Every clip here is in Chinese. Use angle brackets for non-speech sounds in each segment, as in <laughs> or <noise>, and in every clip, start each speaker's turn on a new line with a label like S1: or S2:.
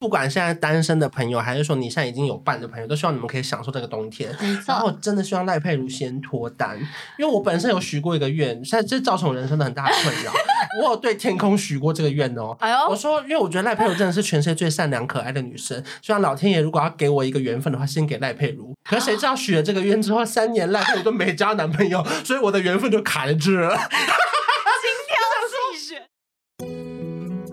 S1: 不管现在单身的朋友，还是说你现在已经有伴的朋友，都希望你们可以享受这个冬天。
S2: 没
S1: 然后
S2: 错，
S1: 我真的希望赖佩如先脱单，因为我本身有许过一个愿，现在这造成我人生的很大的困扰。我有对天空许过这个愿哦，
S2: 哎
S1: 我
S2: 呦，
S1: 说，因为我觉得赖佩如真的是全世界最善良可爱的女生，希望老天爷如果要给我一个缘分的话，先给赖佩如。可是谁知道许了这个愿之后，三年赖佩如都没交男朋友，所以我的缘分就卡在这儿了。
S2: 心跳自己选。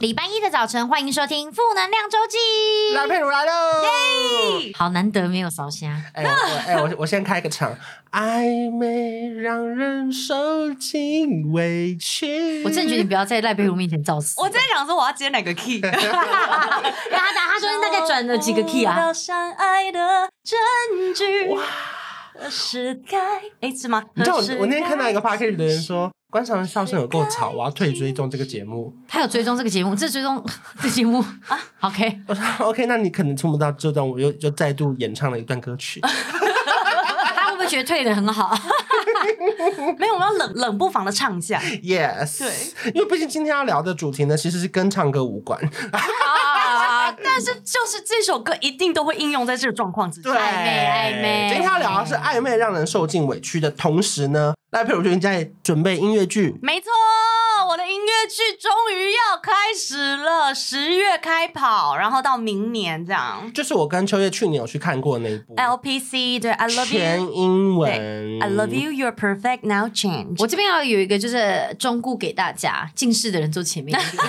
S3: 礼拜一的早晨，欢迎收听《负能量周记
S1: 赖佩如来喽！》，
S3: 好难得没有烧虾。
S1: 哎、我哎、我我先开个场，暧昧让人受尽委屈。
S3: 我真的觉得你不要在赖佩如面前造次。
S2: 我在想说我要接哪个
S1: <laughs>
S2: key，
S3: 他他昨天大概转了几个 key
S2: 找不
S3: 啊？
S2: 到相爱的证据。
S1: 哇
S2: 何时该？哎，是吗？
S1: 你知道我
S2: 何时
S1: 我那天看到一个 p a
S2: 该
S1: c k a g e 的人说，观赏笑声有够吵，我要退追踪这个节目。
S3: 他有追踪这个节目，这追踪这节目 <laughs> 啊？OK，
S1: 我说 OK，那你可能听不到这段，我又又再度演唱了一段歌
S3: <laughs>
S1: 曲。
S3: 他会不会觉得退的很好？
S2: <laughs> 没有，我们要冷冷不防的唱
S1: <laughs>
S2: 一下。
S1: Yes，
S2: 对，
S1: 因为毕竟今天要聊的主题呢，其实是跟唱歌无关。
S3: 啊，
S2: 但是就是这首歌一定都会应用在这个状况之
S1: 对，
S3: <laughs>
S2: 下。
S3: 暧昧暧昧
S1: 今天要聊的是暧昧让人受尽委屈的同时呢，赖佩如最近在准备音乐剧。
S2: 没错，我的音乐剧终于要开始了，十月开跑，然后到明年这样。
S1: 就是我跟秋叶去年有去看过的那一
S3: 哎
S1: 部
S2: LPC 对，I love
S1: 全
S2: you。
S1: 英文
S2: 对，I love you, you're perfect, now change。
S3: 我这边要有一个就是忠告给大家，近视的人坐前 <laughs> 面一点。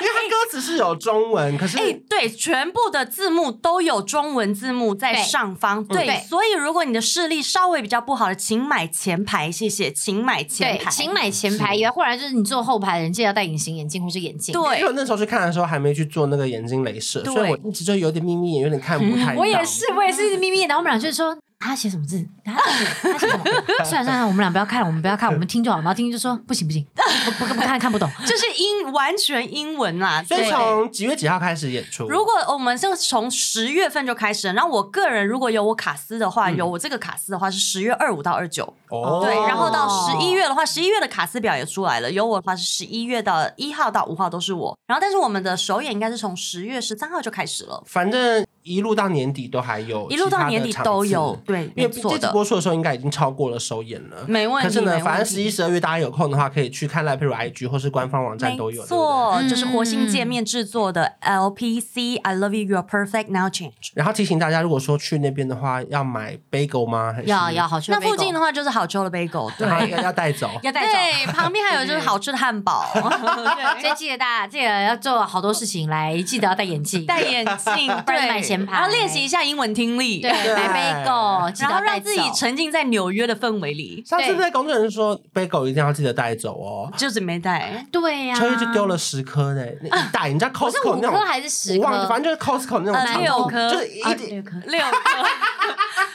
S1: 因为它歌词是有中文，
S3: 嗯
S1: 可是
S2: 哎、对，全部的字幕都有中文字幕在
S3: 对嗯
S2: 上方，对，
S3: 对
S2: 所以如果你的视力稍微比较不好的，请买前排，谢谢，请买前
S3: 对
S2: 排，，
S3: 请买前排，也或者就是你坐后排的人，记得要戴隐形眼镜或是眼镜。
S1: 因为我
S2: 对。
S1: 那时候去看的时候还没去做那个眼睛镭射，
S2: 对
S1: 所以我一直就有点眯眯眼，有点看不太到。
S3: 我也是，我也是一直眯眯眼，然后我们俩就说他写什么字，他他写什么， <laughs> 算了算了，我们俩不要看，我们不要看，我们听就好。然后听就说不行不行，不不不看看不 <laughs> 懂。
S2: 就是英完全英文啦，
S1: 所以
S2: 对
S1: 从几月几号开始演出？
S2: 如果我们是从十月份就开始了，然后我个人如果有我卡斯的话，有我这个卡斯的话是十月二五到二九、
S1: 哦，
S2: 对，然后到
S3: 嗯哦
S2: 十一月的话，十一月的卡斯表也出来了，有我的话是十一月的一号到五号都是我，然后但是我们的首演应该是从十月十三号就开始了。
S1: 反正一路到年底都还有，
S2: 一路到年底都有，。对，
S1: 因
S2: 没
S1: 为这
S2: 错
S1: 集
S2: 的，
S1: 播出的时候应该已经超过了首演了。
S2: 没问题。
S1: 可是呢，
S2: 没问题
S1: 反正十一、十二月大家有空的话，可以去看赖佩如 IG 或是官方网站都有。对不对
S2: 没错，
S3: 对
S2: 就是活性界面制作的 LPC I Love You You're Perfect Now Change。
S1: 然后提醒大家，如果说去那边的话，要买 bagel 吗？还是
S3: 要要好吃的
S2: 那
S3: bagel，
S2: 附近的话就是好吃的 bagel，
S1: 然后
S2: 对。
S1: 要要带走。
S3: 要带走。
S2: 对，旁边还有就是好吃的汉堡， <laughs> 对
S3: 所以记得大家记得要做好多事情来，记得要戴眼镜，
S2: 戴眼镜，
S3: 不然
S2: 对，
S3: 就买前排
S2: 然后练习一下英文听力，
S3: 对，
S1: 对
S3: 买 bagel，记得
S2: 然
S3: 要
S2: 后
S3: 带
S2: 让自己
S3: 走
S2: 沉浸在纽约的氛围里，
S1: 上次
S3: 对
S1: 那工作人员说 bagel 一定要记得带走哦，
S2: 就是没 <laughs> 带。
S3: 对呀，
S1: 秋叶就丢了十颗嘞，那一袋你知道
S3: 不是
S1: Costco
S3: 五
S1: 那
S3: 颗
S1: 种，
S3: 还是十
S1: 我忘
S3: 颗
S1: 了，？反正就是 Costco 那种
S2: 呃
S1: 厂
S2: 六
S1: 铺
S2: 颗
S1: 就是一
S3: 啊
S1: 定
S3: 六颗。
S2: 六颗， <laughs>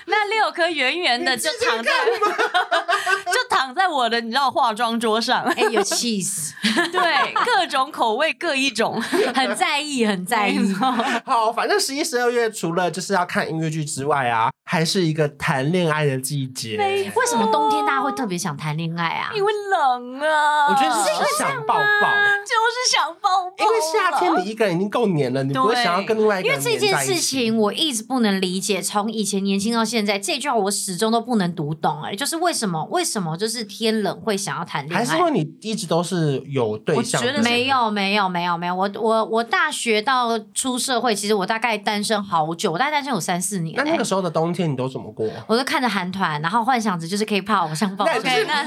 S2: 那六颗圆圆的就躺在， <laughs> 就躺在我的你知道化妆桌上，
S3: 哎、有 cheese，
S2: <laughs> 对，各种口味各一种， <laughs>
S3: 很在意，很在意。
S1: 好，反正十一、十二月除了就是要看音乐剧之外啊，还是一个谈恋爱的季节。
S3: 为什么冬天大家会特别想谈恋爱啊？
S2: 因为冷啊，
S1: 我觉得是想抱抱，
S2: 就是想抱啊抱，
S1: 因为夏
S2: <laughs>
S1: 天。你一个人已经够黏了，你不会想要跟另外一个
S3: 因为
S1: 人
S3: 这
S1: 黏在一起。
S3: 件事情我一直不能理解，从以前年轻到现在，这句话我始终都不能读懂、哎，就是为什么？为什么就是天冷会想要谈恋
S1: 还
S3: 爱？
S1: 是因为你一直都是有对象的
S2: 我觉
S1: 人，
S2: 得是
S3: 没有没有没有没有，我我我大学到出社会，其实我大概单身好久，我大概单身有三四年、
S1: 那那
S3: 哎
S1: 个时候的冬天你都怎么过？
S3: 我就看着韩团，然后幻想着就是可以泡偶像抱。
S1: 那就是
S2: 那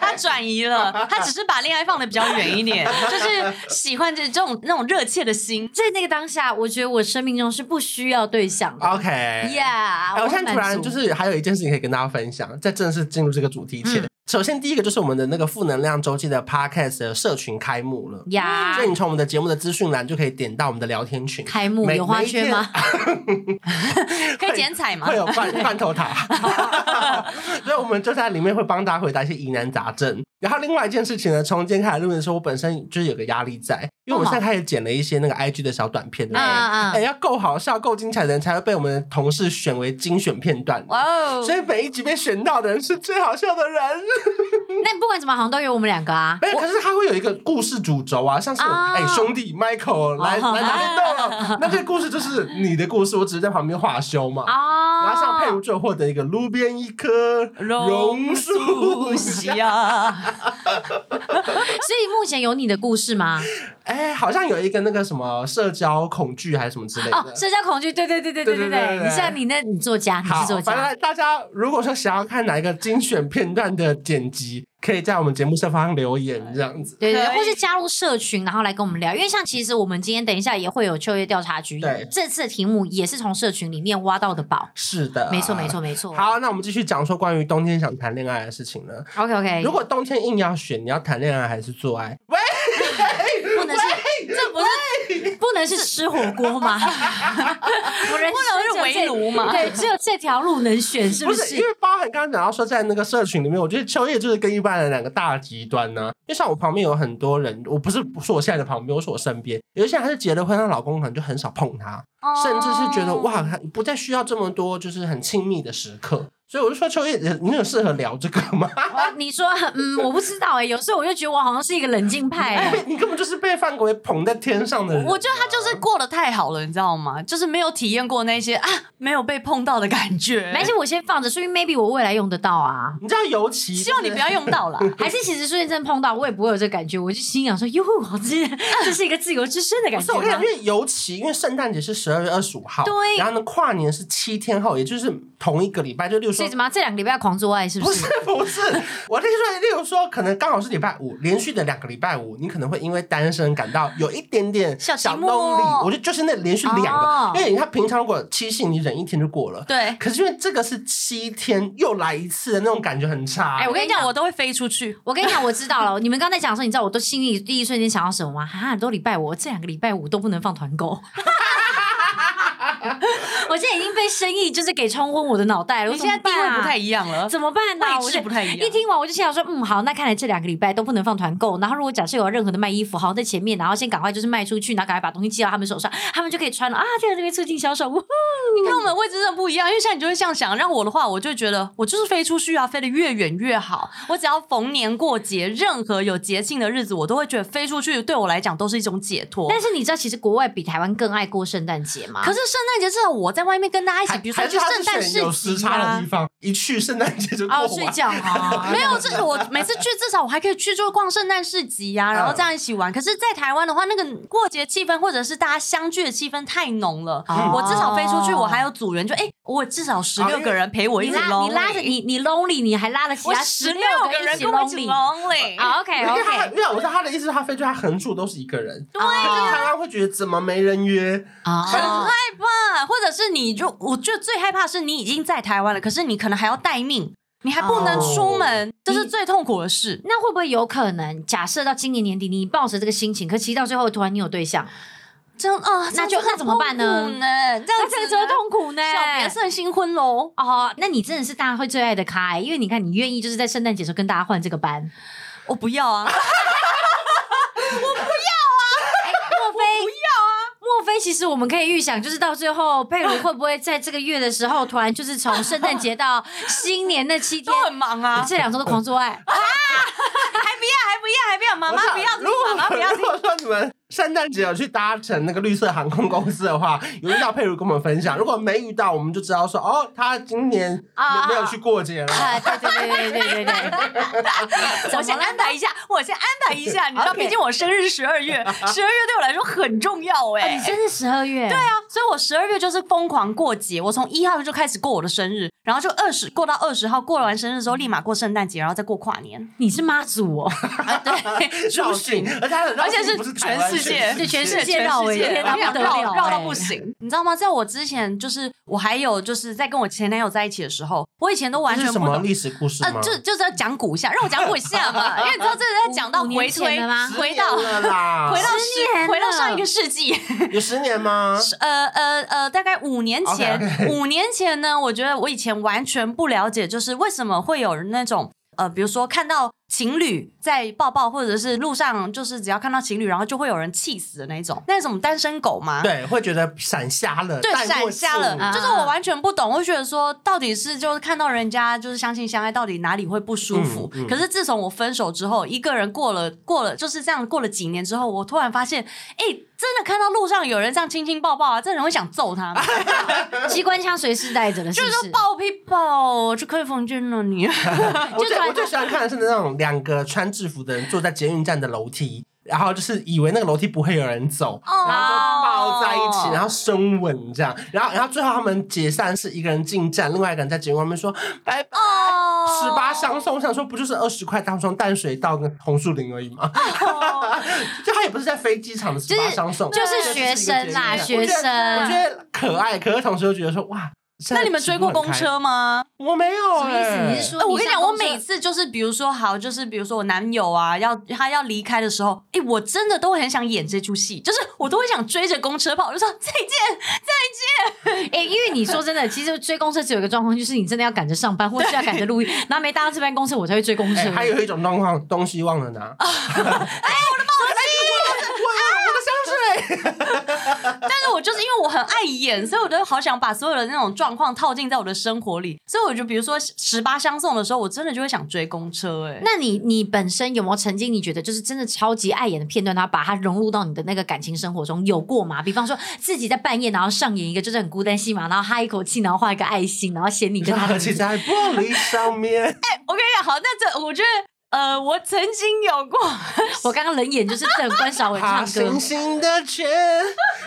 S2: 他转移了，他只是把恋爱放的比较远一 <laughs> 点，就是喜欢这这种那种热切的心。
S3: 在那个当下，我觉得我生命中是不需要对象的。
S1: OK。
S3: Yeah，
S1: 哎我
S3: 很
S1: 现在突
S3: 满
S1: 然
S3: 足
S1: 就是还有一件事情可以跟大家分享，在正式进入这个主题前，首先第一个就是我们的那个负能量周记的 podcast 的社群开幕了。
S3: 呀
S1: 嗯所以，你从我们的节目的资讯栏就可以点到我们的聊天群，
S3: 开幕
S1: 每
S3: 有花
S1: <laughs>
S3: 圈吗？？
S2: 可以剪彩吗
S3: 嗯
S1: 每一天会？有罐罐头塔， <laughs> 所以我们就在里面会帮大家回答一些疑难杂症。然后另外一件事情呢，从今天开始录的时候，我本身就是有个压力在，因为我们现在开始剪了一些那个 IG 的小短片，对不
S3: 啊
S1: 对？
S3: 啊
S1: 哎、
S3: 啊！
S1: 要够好笑、够精彩的人才会被我们的同事选为精选片段。
S2: 哇哦！
S1: 所以每一集被选到的人是最好笑的人，
S3: 那不管怎么，好像都有我们两个啊。
S1: 没有，可是他会有一个故事主轴啊，像是哎、
S3: 啊
S1: 兄弟 Michael 来来打电动啊了，那这个故事就是你的故事，我只是在旁边画修嘛。
S3: 哦，
S1: 然后像佩如就有获得一个路边一棵榕树下，
S2: 啊，
S3: 所以目前有你的故
S1: <laughs>
S3: 事吗？
S1: 哎、好像有一个那个什么社交恐惧还是什么之类的。
S3: 哦，社交恐惧，对对对对对
S1: 对
S3: 对
S1: 对对
S3: 对，
S1: 对
S3: 你像你那，你作家，你
S1: 好
S3: 是作，
S1: 反
S3: 家，
S1: 正大家如果说想要看哪一个精选片段的剪辑，可以在我们节目下方留言这样子。
S3: 对对，
S2: 可以
S3: 对或是加入社群，然后来跟我们聊，因为像其实我们今天等一下也会有就业调查局
S1: 对，
S3: 这次的题目也是从社群里面挖到的宝，
S1: 是的，
S3: 没错没。错没错。
S1: 好，那我们继续讲说关于冬天想谈恋爱的事情了。
S3: ，OK OK，
S1: 如果冬天硬要选，你要谈恋爱还是做爱？
S3: 不能是这不是不能是吃火
S1: <laughs>
S3: 锅吗？我人
S2: 不能是围炉吗
S3: 对，只有这条路能选，是
S1: 不
S3: 是？
S1: 因为包含刚刚讲到说，在那个社群里面，我觉得秋叶就是跟一般人两个大极端呢、因为像我旁边有很多人，我不是不是我现在的旁边，我说我身边有一些人她是结了婚，她老公可能就很少碰她，甚至是觉得
S3: 哦
S1: 哇，她不再需要这么多就是很亲密的时刻。所以我就说，秋叶，你有适合聊这个吗？
S3: 哦你说，嗯，我不知道哎、有时候我就觉得我好像是一个冷静派、
S1: 因
S3: 欸
S1: 为。 <laughs> 你根本就是被范国伟捧在天上的人。
S2: 哎
S1: 啊
S2: 我觉得他就是过得太好了，你知道吗？就是没有体验过那些啊，没有被碰到的感觉。
S3: 没事，我先放着，说明 maybe 我未来用得到啊。
S1: 你知道，尤其
S2: 希望你不要用到 <laughs> 啦。
S3: 还是其实瞬间碰到，我也不会有这感觉，我就心想说，哟，好这 <laughs> 这是一个自由之身的感
S1: 不是
S3: 觉
S1: 我跟你讲，
S3: 吗
S1: 因？为尤其因为圣诞节是十二月二十五号，
S3: 对
S1: 然后呢跨年是七天后，也就是同一个礼拜，就例如
S3: 所
S1: 说
S3: 以。怎么样这两个礼拜要狂做爱是
S1: 不
S3: 不
S2: 嗯
S1: 是
S3: 是？
S1: 不是，我的意思说，例如说，可能刚好是礼拜五，连续的两个礼拜五，你可能会因为单身感到有一点点
S2: 小寂
S1: 小 l
S2: 寞
S1: o 我觉得就是那连续两个，
S3: 哦
S1: 因为你看平常如果七夕，你忍一天就过了，
S2: 对，
S1: 可是因为这个是七天又来一次的那种感觉很差。
S3: 哎
S2: 我
S3: 我
S2: 跟
S3: 跟
S2: 你
S3: 你
S2: 讲，
S3: 讲
S2: 我都会飞出去。
S3: 我跟你讲，我知道了。你们刚才讲的时候，你知道我都心里第一瞬间想到什么吗？哈，都礼拜五，这两个礼拜五都不能放团购。 <laughs> 我现在已经被生意就是给冲昏我的脑袋了。
S2: 你现在地位不太
S3: 一
S2: 一样了，
S3: 怎么办呢、
S2: 位
S3: 我
S2: 置
S3: 就
S2: 不太一
S3: 一
S2: 样。
S3: 听完我就心想说，嗯，好，那看来这两个礼拜都不能放团购。然后如果假设有任何的卖衣服，好像在前面，然后先赶快就是卖出去，然后赶快把东西寄到他们手上，他们就可以穿了啊，这个这边促进销售。呜呼
S2: 你看我们位置真的不一样，因为像你就会这样想，让我的话，我就觉得我就是飞出去啊，飞得越远越好。我只要逢年过节，任何有节庆的日子，我都会觉得飞出去对我来讲都是一种解脱。
S3: 但是你知道，其实国外比台湾更爱过圣诞节吗？
S2: 可是圣诞节至少我在外面跟大家一起，
S1: 还
S2: 比如说
S1: 还是
S2: 去
S1: 他是
S2: 圣诞
S1: 选有
S2: 市
S1: 时
S2: 集
S1: 差的
S2: 啊
S1: 地。方，啊一去圣诞节就过
S3: 哦，
S1: 完。
S3: 睡觉哈，
S2: <laughs> 没有，这我每次去至少我还可以去就逛圣诞市集呀、然后
S1: 嗯
S2: 这样一起玩。可是，在台湾的话，那个过节气氛或者是大家相聚的气氛太浓了。
S1: 嗯啊
S2: 我至少飞出去，我还有组员就哎、我至少十六个人陪我一
S3: 哦你
S2: 起
S3: 拉
S2: 搂。
S3: 你拉着你你 lonely，你还拉了其
S2: 我
S3: 他
S2: 十
S3: 六
S2: 六
S3: 个
S2: 人
S3: 起
S2: 跟我一起
S3: lonely。
S2: lonely，
S3: 啊，OK
S1: 因为他，
S3: OK，
S1: 因为我知道他的意思，他飞去他横竖都是一个人。
S3: 对
S1: 可是
S3: 啊
S1: 台湾会觉得怎么没人约？，
S2: 很
S3: 哦
S2: 害怕，或者是你就我觉得最害怕是你已经在台湾了，可是你可能还要待命，你还不能出门，这是最痛苦的事。
S3: 那会不会有可能？假设到今年年底，你抱着这个心情，可其实到最后突然你有对象，
S2: 真啊，
S3: 那就
S2: 这样
S3: 那怎么办呢
S2: 很痛苦呢？这样
S3: 那
S2: 子
S3: 这个多痛苦呢？
S2: 小别胜新婚喽。
S3: 哦，那你真的是大家会最爱的咖、欸，因为你看，你愿意就是在圣诞节的时候跟大家换这个班。
S2: 我不要啊！
S3: 莫非不要啊？莫非其实我们可以预想，就是到最后佩如会不会在这个月的时候，突然就是从圣诞节到新年那
S2: <laughs>
S3: 七天，
S2: 都很忙啊，
S3: 这两周都狂做
S2: <laughs>
S3: 爱？
S2: 还不要，还不要，还不要，妈
S1: 我
S2: 妈
S1: 想
S2: 不要听
S1: 如，
S2: 妈妈不要
S1: 果如
S2: 听。
S1: 果说你们圣诞节有去搭乘那个绿色航空公司的话，有遇到佩如跟我们分享；如果没遇到，我们就知道说哦，他今年没
S3: 啊
S1: 没有去过节了。
S3: 啊，对对对对对对对。
S2: <laughs> 我先安排一下，我先安排一下，你知道，
S1: OK
S2: 毕竟我生日是十二月，十二月对我来说很重要哎、
S3: 你真是十二月？对啊，
S2: 啊所以我十二月就是疯狂过节，我从一号就开始过我的生日，然后就二十过到二十号，过完生日之后立马过圣诞节，然后再过跨年，
S3: 你是妈祖哦，
S2: 啊、对，
S3: <laughs>
S1: 绕行，而且他的绕
S2: 而且
S1: 行不
S2: 是
S1: 是
S2: 全
S1: 台湾
S2: 世世界，
S3: 就全世
S2: 世
S3: 界绕欸
S2: 界
S3: 天哪
S2: 我跟你讲
S3: 不得了
S2: 绕绕到
S3: 欸
S2: 不行，你知道吗？在我之前，就是我还有就是在跟我前男友在一起的时候，我以前都完
S1: 这
S2: 全
S1: 是什
S2: 不
S1: 么
S2: 懂。
S1: 历史故事
S2: 啊
S1: 吗？，
S2: 就就是要讲古一下，让我讲古一下
S3: <laughs>
S2: 啊嘛，因为你知道这是在讲到
S3: 五五年
S2: 回推
S3: 前的吗，
S2: 回到
S1: 十年了啦，
S2: 回到
S3: 十年
S2: 十
S3: 了
S2: 回到上一个世纪，
S1: 有十年吗？
S2: 呃呃呃，大概五年前
S1: OK，OK
S2: 五年前呢，我觉得我以前完全不了解，就是为什么会有那种呃，比如说看到情侣在抱抱，或者是路上，就是只要看到情侣，然后就会有人气死的那种，那是什么单身狗吗？。
S1: 对，会觉得闪瞎了，
S2: 对，
S1: 带
S2: 闪
S1: 过
S2: 瞎了
S1: 去，
S3: 啊
S2: 就是我完全不懂，我觉得说到底是就是看到人家就是相亲相爱，到底哪里会不舒服？
S1: 嗯嗯
S2: 可是自从我分手之后，一个人过了过了就是这样过了几年之后，我突然发现，哎、真的看到路上有人这样亲亲抱抱啊，这人会想揍他们，
S3: 机关枪随时带着的，是
S2: 就
S3: 不
S2: 是
S3: 是
S2: 说？抱屁抱，去开房间了 <laughs> 你。
S1: 我
S3: 就
S1: 最
S3: 突然
S1: 我最喜欢看的是那种两个穿制服的人坐在捷运站的楼梯，然后就是以为那个楼梯不会有人走，
S3: 哦
S1: 然后就抱在一起，然后深吻这样，然后然后最后他们解散是一个人进站，另外一个人在捷运外面说拜拜。
S2: 哦
S1: 十八相送，我想说不就是二十块大双淡水到跟红树林而已吗？ <laughs> 就他也不是在飞机场的十八相送，
S3: 就是学生啦，
S1: 就是一
S3: 学
S1: 个捷运站我觉得我
S3: 生。
S1: 觉得可爱，可是同时又觉得说哇，
S2: 那你们追过公？车吗？
S1: 我没有、欸
S3: 什么意思？你是说
S2: 哎，我跟你讲，
S3: 上
S2: 我
S3: 公车
S2: 每次就是，比如说，好，就是比如说我男友啊，要他要离开的时候，哎、我真的都会很想演这出戏，就是我都会想追着公车跑，我就说再见。
S3: 哎、因为你说真的，其实追公车只有一个状况，就是你真的要赶着上班，或是要赶着录音，然后没搭上这班公车，我才会追公车。
S1: <laughs> 哎，还有一种状况，东西忘了拿。哎，我的
S2: 哦
S1: 毛巾，我的我的香水。
S2: 但是我就是因为我很爱演，所以我都好想把所有的那种状况套进在我的生活里，所以我就比如说十八相送的时候，我真的就会想追公车、哎，
S3: 那你你本身有没有曾经你觉得就是真的超级碍眼的片段，然后把它融入到你的那个感情生活中有过吗？比方说自己在半夜然后上演一个就是很孤单戏码，然后哈一口气，然后画一个爱心，然后写你
S1: 你
S3: 跟
S1: 看
S3: 他
S1: 和
S3: 的名
S1: 气
S2: <laughs>
S3: 字。
S1: 在玻璃上面，
S2: 我跟你讲，好，那这我觉得，呃，我曾经有过，
S3: 我刚刚冷眼就是等关晓雯
S1: 爬
S2: <laughs>
S3: 唱歌
S1: 星，星的圈，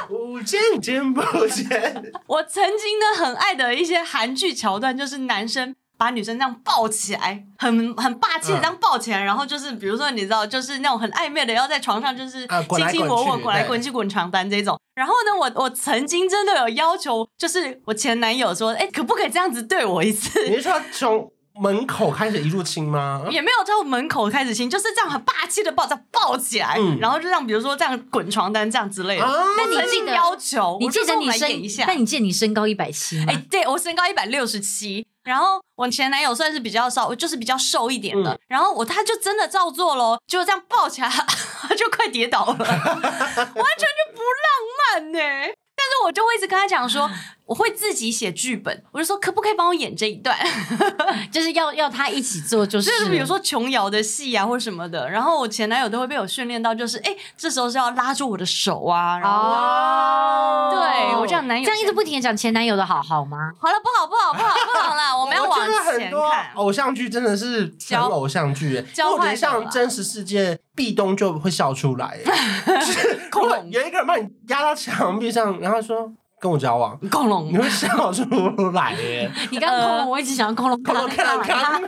S1: 不见见不
S2: <laughs>
S1: 见。
S2: 我曾经呢很爱的一些韩剧桥段，就是男生把女生这样抱起来，很很霸气的这样抱起来，然后就是比如说你知道，就是那种很暧昧的，要在床上就是
S1: 啊滚
S2: 卿
S1: 来
S2: 卿
S1: 滚
S2: 我
S1: 去
S2: 我，滚来
S1: 对
S2: 滚去滚床单这种。然后呢，我我曾经真的有要求，就是我前男友说，哎，可不可以这样子对我一次？
S1: 你是说从门口开始一路亲吗？
S2: 也没有到门口开始亲，就是这样很霸气的抱，这样抱起来，
S1: 嗯
S2: 然后就这样，比如说这样滚床单这样之类的。
S1: 啊
S3: 那
S2: 我
S3: 你
S2: 曾
S3: 记
S2: 经
S3: 得
S2: 要求，
S3: 你
S2: 我
S3: 记
S2: 就
S3: 得
S2: 说我
S3: 你
S2: 们来
S3: 身
S2: 演一下，
S3: 那你记得你身高一百七吗
S2: 哎、？对我身高一百六十七，然后我前男友算是比较少，就是比较瘦一点的，
S1: 嗯
S2: 然后我他就真的照做喽，就这样抱起来， <laughs> 就快跌倒了，完全就不浪漫呢、但是我就会一直跟他讲说，我会自己写剧本，我就说可不可以帮我演这一段， <laughs>
S3: 就是要要他一起做，就是
S2: 就是比如说琼瑶的戏啊或什么的，然后我前男友都会被我训练到，就是哎、这时候是要拉住我的手啊，然后、
S1: 啊
S3: 哦，
S2: 对我这样男友
S3: 这样一直不停的讲前男友的好
S2: <laughs>
S3: 好吗？
S2: 好了，不好不好不好不好啦，我们要
S1: 我觉
S2: 往
S1: 得很
S2: 前
S1: 多
S2: 看。
S1: 偶像剧真的是纯
S2: 交
S1: 偶像剧、欸，
S2: 交
S1: 因为我觉
S2: 换
S1: 得
S2: 的
S1: 像
S2: 啦
S1: 真实世界，壁咚就会笑出来、
S2: <laughs>
S1: 欸。就是如果有一个人把你压到墙壁上，然后说跟我交往，
S2: <laughs> 恐龙
S1: 你会笑出来
S2: <laughs>
S1: 耶、
S3: 你刚刚恐龙，我一直想要恐龙，
S1: 恐
S2: 呃
S1: 龙看
S3: <laughs>
S1: 看，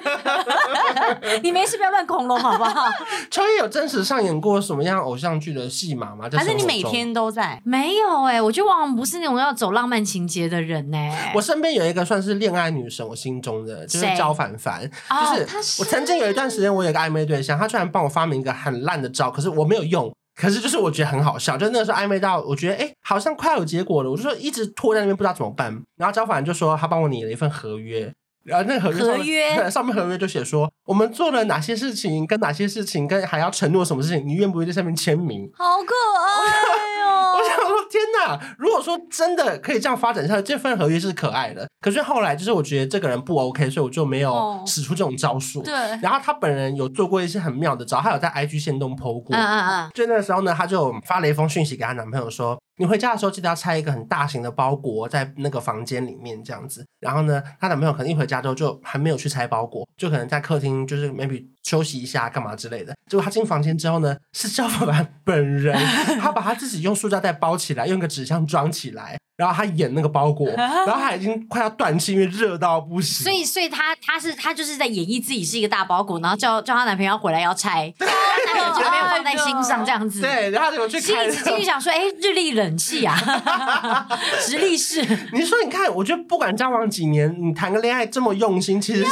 S3: 你没事不要乱恐龙好不好？ <laughs>
S1: 秋叶有真实上演过什么样偶像剧的戏码吗？在
S2: 还是你
S1: 生活
S2: 每
S1: 中？
S2: 天都在？
S3: 没有哎、我觉得往往不是那种要走浪漫情节的人哎呢、
S1: 我身边有一个算是恋爱女神，我心中的就是
S3: 谁
S1: 焦凡凡，
S3: 哦
S1: 就
S2: 她
S1: 是
S2: 是
S1: 我曾经有一段时间，我有一个暧昧对象，他居然帮我发明一个很烂的招，可是我没有用。可是就是我觉得很好笑，就是那个时候暧昧到我觉得哎、诶好像快有结果了，我就说一直拖在那边不知道怎么办。然后焦凡就说他帮我拟了一份合约，然后那个合约上面
S3: 合约
S1: 对上面合约就写说我们做了哪些事情，跟哪些事情，跟还要承诺什么事情，你愿不愿意在上面签名？
S2: 好可爱
S3: <laughs>
S2: 哦
S1: <laughs> 我想说，天哪！如果说真的可以这样发展下去，这份合约是可爱的。可是后来就是我觉得这个人不 OK，所以我就没有
S2: 哦
S1: 使出这种招数。
S2: 对，
S1: 然后他本人有做过一些很妙的招，他有在 IG 线动 PO 过。
S3: 嗯嗯嗯，
S1: 就那个时候呢，她就发了一封讯息给她男朋友说：“你回家的时候记得要拆一个很大型的包裹在那个房间里面这样子。”然后呢，她男朋友可能一回家之后就还没有去拆包裹，就可能在客厅就是 maybe 休息一下干嘛之类的。结果她进房间之后呢，是赵老板本人，她把她自己用塑料袋包起来，用个纸箱装起来，然后她演那个包裹，然后她已经快要断气，因为热到不行。
S3: 啊所以所以她她是她就是在演绎自己是一个大包裹，然后叫叫她男朋友回来要拆，她男朋
S1: 对
S3: 就没有放在心上这样子。
S1: 对，然后我去
S3: 心
S1: 看
S3: 里只进去想说，哎，日历冷气啊，直立式，
S1: 你说，你看，我觉得不管交往几年，你谈个恋爱这么用心，其实是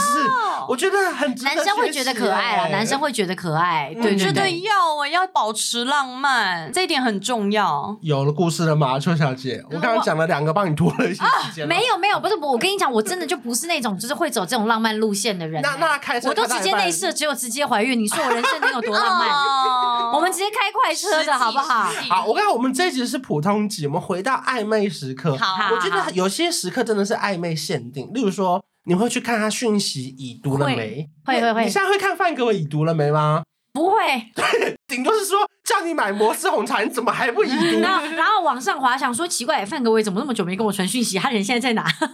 S1: 我觉得很值得
S3: 男生会觉得可爱啦，
S1: 学习欸
S3: 男生会觉得可爱，
S1: 嗯
S3: 对对
S2: 我觉得
S3: 对。
S2: 要我要保持浪漫，这一点很重要。
S1: 有了故事了吗，邱小姐？我刚刚讲了两个，帮你拖了一些时间了、
S3: 啊没有没有，不是我，跟你讲，我真的就不是那种就是会走这种浪漫路线的人。哎
S1: 那那开车
S3: 我都
S1: 开到
S3: 直
S1: 一
S3: 接
S1: 半
S3: 内射，只有直接怀孕。你说我人生能有多浪漫？
S2: 哦
S3: 我们直接开快车的好不好？
S2: 实际
S1: 好，我刚才我们这一集是普通集，我们回到暧昧时刻。
S2: 好
S1: 我觉得有些时刻真的是暧昧限定，例如说，你会去看他讯息已读了没？
S3: 会会
S1: 你
S3: 会
S1: 现，在会看范哥我已读了没吗？
S3: 不会。
S1: 顶多是说叫你买摩斯红茶，你怎么还不已
S3: <laughs>
S1: 读？
S3: 然后然后往上滑，想说奇怪，范格伟怎么那么久没跟我传讯息？他人现在在哪？嗯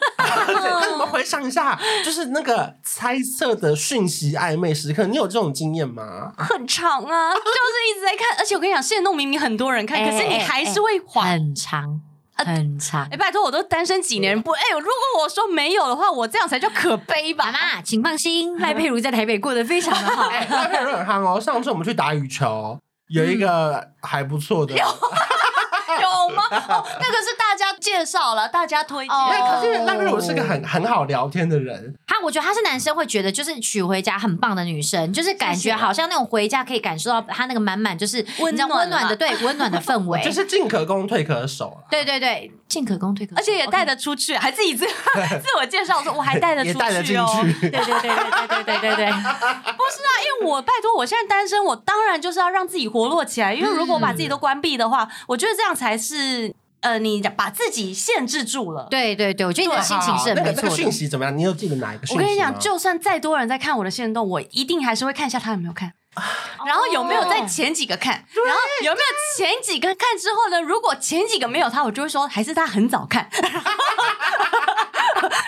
S1: 对那你们回想一下，就是那个猜测的讯息暧昧时刻，你有这种经验吗？
S2: 很
S3: <laughs>
S2: 长啊，就是一直在看。而且我跟你讲，现动明明很多人看，
S3: 哎
S2: 可是你还是会滑。
S3: <laughs>
S2: 哎
S3: 很 <laughs> 长很长。
S2: 拜托，我都单身几年不哎、如果我说没有的话，我这样才叫可
S3: <laughs>
S2: 悲吧？
S3: 爸妈，请放 <laughs> 心，赖佩如在台北过得非常的 <laughs> 好。
S1: 哎，那边有很夯哦。上次我们去打羽球，有一
S3: 嗯
S1: 个还不错的，
S2: 有吗？哦，那个是大家介绍了，大家推荐。
S3: 哦
S1: 那哎可是那边我是个很很好聊天的人，
S3: 他我觉得他是男生会觉得，就是娶回家很棒的女生，就是感
S2: 谢谢
S3: 觉好像那种回家可以感受到他那个满满就是
S2: 温
S3: 你知道
S2: 暖
S3: 温暖
S2: 啦
S3: 的对温暖的氛 <laughs> 围，
S1: 就是进可攻退可守啊。
S3: 对对对，进可攻退可守，
S2: 而且也
S3: OK
S2: 带得出去，还自己自 <laughs> 自我介绍说我还带得出
S1: 也
S2: 去哦。啊
S1: 带得进
S2: <laughs>
S1: 去。
S3: 对对对 <laughs> 对对对对对对，
S2: 因为我拜托，我现在单身，我当然就是要让自己活络起来。因为如果把自己
S1: 嗯
S2: 都关闭的话，我觉得这样才是呃，你把自己限制住了。
S3: <laughs> 对对对，我觉得你的哎心情是
S1: 啊那个
S3: 很没
S1: 那
S3: 错
S1: 个讯
S3: 的。
S1: 息怎么样？你有记得哪一个讯息
S2: 我
S1: 吗？
S2: 跟你讲，就算再多人在看我的线动，我一定还是会看一下他有没有看，
S1: 啊
S2: 然后有没有在前几个看，然后有没有前几个看之后呢？如果前几个没有他，我就会说还是他很早看， <laughs>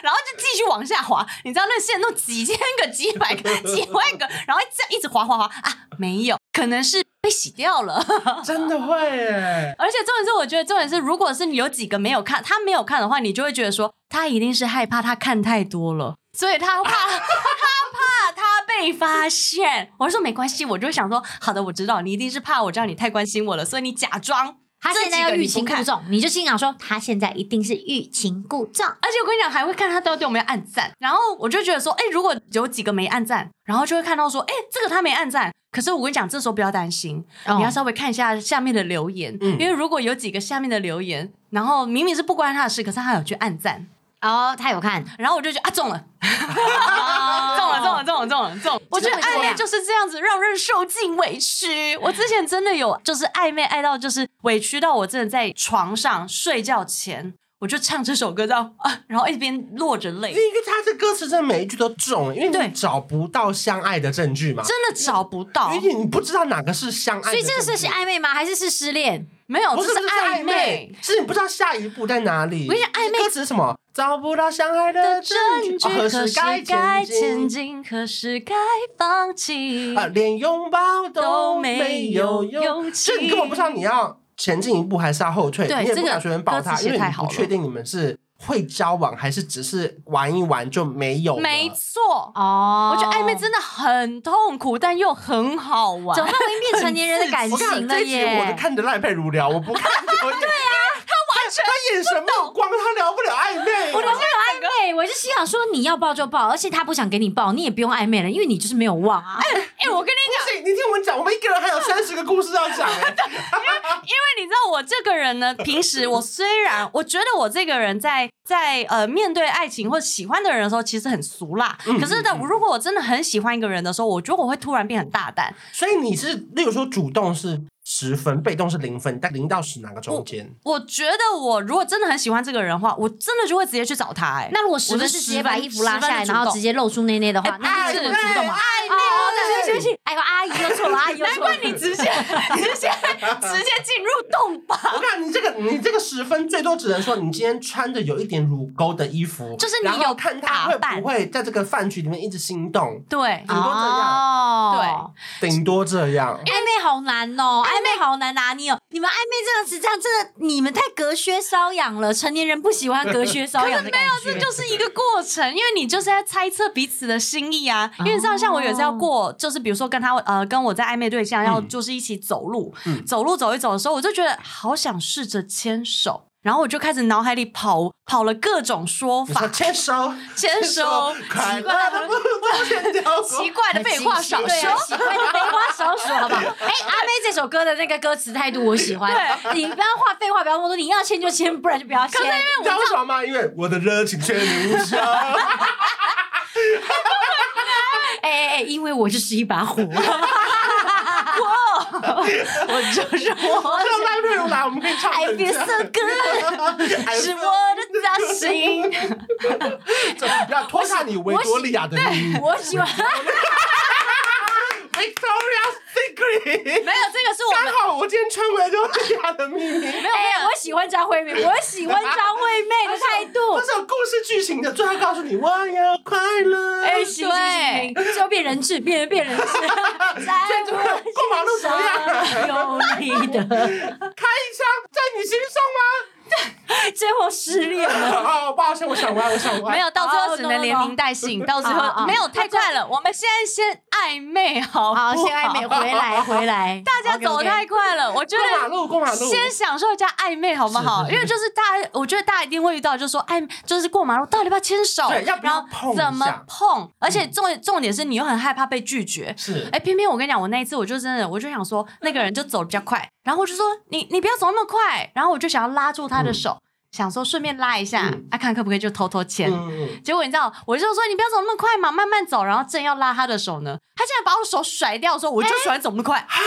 S2: 然后就继续往下滑。你知道那线动几千个、几百个、几万个，然后这样一直滑滑滑啊，没有，可能是被洗掉了。
S1: 真的会耶，
S2: 而且重点是，我觉得重点是，如果是你有几个没有看，他没有看的话，你就会觉得说他一定是害怕他看太多了，所以他怕他怕他被发现。我就说没关系，我就会想说，好的，我知道你一定是怕我知道你太关心我了，所以你假装。
S3: 他现在
S2: 这几
S3: 要
S2: 个你
S3: 欲
S2: 不
S3: 擒故
S2: 看
S3: 纵，你就心想说他现在一定是欲擒故纵。
S2: 啊而且我跟你讲，还会看他到底有没有按赞，然后我就觉得说，哎、如果有几个没按赞，然后就会看到说，哎、这个他没按赞。可是我跟你讲，这时候不要担心，
S3: 哦
S2: 你要稍微看一下下面的留言，
S1: 哦嗯
S2: 因为如果有几个下面的留言，然后明明是不关他的事，可是他有去按赞，
S3: 哦，他有看，
S2: 然后我就觉得啊
S1: <laughs>
S2: 中了，中
S3: 中
S2: 了，中了，，中了，中了，中了！我觉得
S3: 怎么会
S2: 暧
S3: 这
S2: 昧
S3: 样
S2: 就是这样子，让人受尽委屈。我之前真的有，就是暧昧爱到，就是委屈到我真的在床上睡觉前，我就唱这首歌，这样啊，然后一边落着泪
S1: 因，为他这歌词真的每一句都中，因为
S2: 对
S1: 你找不到相爱的证据嘛，
S2: 真的找不到，
S1: 因为你不知道哪个是相爱的
S3: 哦所以
S1: 证据，
S3: 这个是是暧昧吗？还是是失恋？
S2: 没有，
S1: 不是
S2: 这
S1: 不是
S2: 暧
S1: 暧
S2: 昧
S1: 昧，。是你不知道下一步在哪里。
S2: 我跟你讲暧昧
S1: 歌词是什么？找不到相爱的证
S2: 证
S1: 据，
S2: 据
S1: 哦何
S2: 可
S1: 时
S2: 是该
S1: 该
S2: 前
S1: 前进？
S2: 进，何时该放弃？
S1: 啊，连拥抱
S2: 都
S1: 都
S2: 没
S1: 没有
S2: 有勇
S1: 用，
S2: 气
S1: 就你根本不知道你要前进一步还是要后退，
S2: 对
S1: 你也不
S2: 这个
S1: 敢随便抱
S2: 歌
S1: 他，
S2: 词写
S1: 因为
S2: 太
S1: 你
S2: 好
S1: 不
S2: 了
S1: 确定你们是会交往还是只是玩一玩就没有了。
S2: 没错，
S3: 哦
S2: 我觉得暧昧真的很痛苦，但又很好玩。
S3: 怎么会变成年人的感
S1: 我跟
S3: 情
S1: 你讲，这
S3: 了
S1: 一集我都
S3: 耶？
S1: 看着赖佩如聊，我不看就对啊，他完全他眼神目光，他聊不了暧昧。
S3: 我没有暧昧，我就心想说你要抱就抱，而且他不想给你抱，你也不用暧昧了，因为你就是没有忘啊。
S2: 哎、我跟你讲，
S1: 不行，你听我们讲，我们一个人
S3: 哎
S1: 还有三十个故事要
S3: <laughs>
S1: 讲、哎
S2: 因为你知道我这个
S1: <laughs>
S2: 人呢，平时我虽然我觉得我这个人在在呃面对爱情或喜欢的人的时候，其实很俗辣。
S1: 嗯
S2: 可是呢，如果我真的很喜欢一个人的时候，我觉得我会突然变很大胆。
S1: 所以你是，例如说主动是十分，被动是零分，但零到十哪个中间？
S2: 我觉得我如果真的很喜欢这个人的话，我真的就会直接去找他、哎，
S3: 那如果十
S2: 我
S3: 分
S2: 是
S3: 是直
S2: 十
S3: 接把
S2: 分
S3: 衣服拉
S2: 十分
S3: 下来，
S2: 是主
S3: 然后
S2: 动
S3: 直接露出内内的话，那就是
S2: 哎
S3: 主动嘛。啊
S1: 暧昧
S3: 哦，对不起对不起，哎呦，阿姨又错了，阿姨又
S2: 难
S3: 错了
S2: 怪。你直接直接直接进入洞
S1: <laughs>
S2: 吧。
S1: 我看你这个，你这个十分最多只能说你今天穿着有一点乳沟的衣服，
S2: 就是你
S1: 然后
S2: 有
S1: 看
S2: 打
S1: 他会
S2: 扮
S1: 不会在这个饭局里面一直心动，
S2: 对，
S1: 顶多这样，
S3: 哦，
S1: 顶多这样。
S3: 暧昧好难哦，暧昧好难拿捏哦。你们暧昧这个词，这样真的，你们太隔靴搔痒了。成年人不喜欢隔靴搔痒的感觉。
S2: 这就是一个过程，因为你就是在猜测彼此的心意啊。因为你知道，像我有一次要过，就是比如说跟他呃，跟我在暧昧对象要
S1: 嗯
S2: 就是一起走路，
S1: 嗯
S2: 走路走一走的时候，我就觉得好想试着牵手。然后我就开始脑海里跑跑了各种说
S1: 你说
S2: 法，
S1: 牵手，
S2: 牵手，
S1: 快
S2: 奇
S1: 乐
S2: 怪
S1: 的
S2: 的
S1: 不不牵掉手
S2: 奇怪的废话少
S3: 对啊
S2: 说，
S3: 喜欢的废话少说，好不 <laughs> 好？哎，阿妹这首歌的那个歌词态度我喜欢。你不要话废话，不要那么多，你要签就签，不然就不要签。
S1: 你知道为什么吗？因为我的热情却你无效。
S3: 哎哎哎，因为我就是一把火。
S2: 我就是我，
S1: 让
S3: <laughs>
S1: 赖瑞如来，我们可以唱
S3: I
S1: 成这
S3: feel
S1: 样。
S3: so <laughs> good，
S1: I
S2: 是
S1: feel-
S2: 我的造型。
S3: <laughs>
S1: 怎么不要脱下你维多利亚的衣服
S3: 我喜欢。
S1: ？Victoria's Secret。
S2: 没有，这个是我们
S1: 刚好我今天穿回来就是利亚的秘密。
S3: 哎，我喜欢张惠妹，我喜欢张惠妹的态度
S2: 哦
S3: <laughs>
S1: 这。是有故事剧情的，最后告诉你我要快乐。
S3: 哎，行行行，最后变人质，变变人质， <laughs> 在
S1: 过马路怎么
S2: 啊
S1: 样？
S3: 我上有你的，
S1: 开一枪在你心上
S3: <laughs> 最后失恋了。
S2: <laughs>
S1: 吗？哦，抱歉，我想歪，我想歪。
S2: 没有，到最后只能
S3: no,
S2: 连
S3: no.
S2: 名带姓，到最
S3: 哦啊啊
S2: 后没有太快了。我们现在先暧昧好不
S3: 好，先暧昧，回来回 <laughs> 来，
S2: 大家走
S3: OK，OK
S2: 太快了，我觉
S1: 过马
S2: 得。
S1: 路，过马路。
S2: 先享受一下暧昧好不
S1: 是
S2: 好？
S1: 是是
S2: 因为就是大家，我觉得大家一定会遇到，就是说暧昧，就是过马路到底要不要牵手，
S1: 对要不要
S2: 然后
S1: 碰一下嗯
S2: 怎么碰？而且重重点是你又很害怕被拒绝。
S1: 是
S2: 哎，偏偏我跟你讲，我那一次我就真的，我就想说那个人就走得比较快，然后我就说你你不要走那么快，然后我就想要拉住他的手，想说顺便拉一下
S1: 嗯，
S2: 啊看可不可以就偷偷牵。
S1: 嗯，
S2: 结果你知道，我就说你不要走那么快嘛，慢慢走。然后正要拉他的手呢，他竟然把我手甩掉，说我就喜欢走那么快。哎、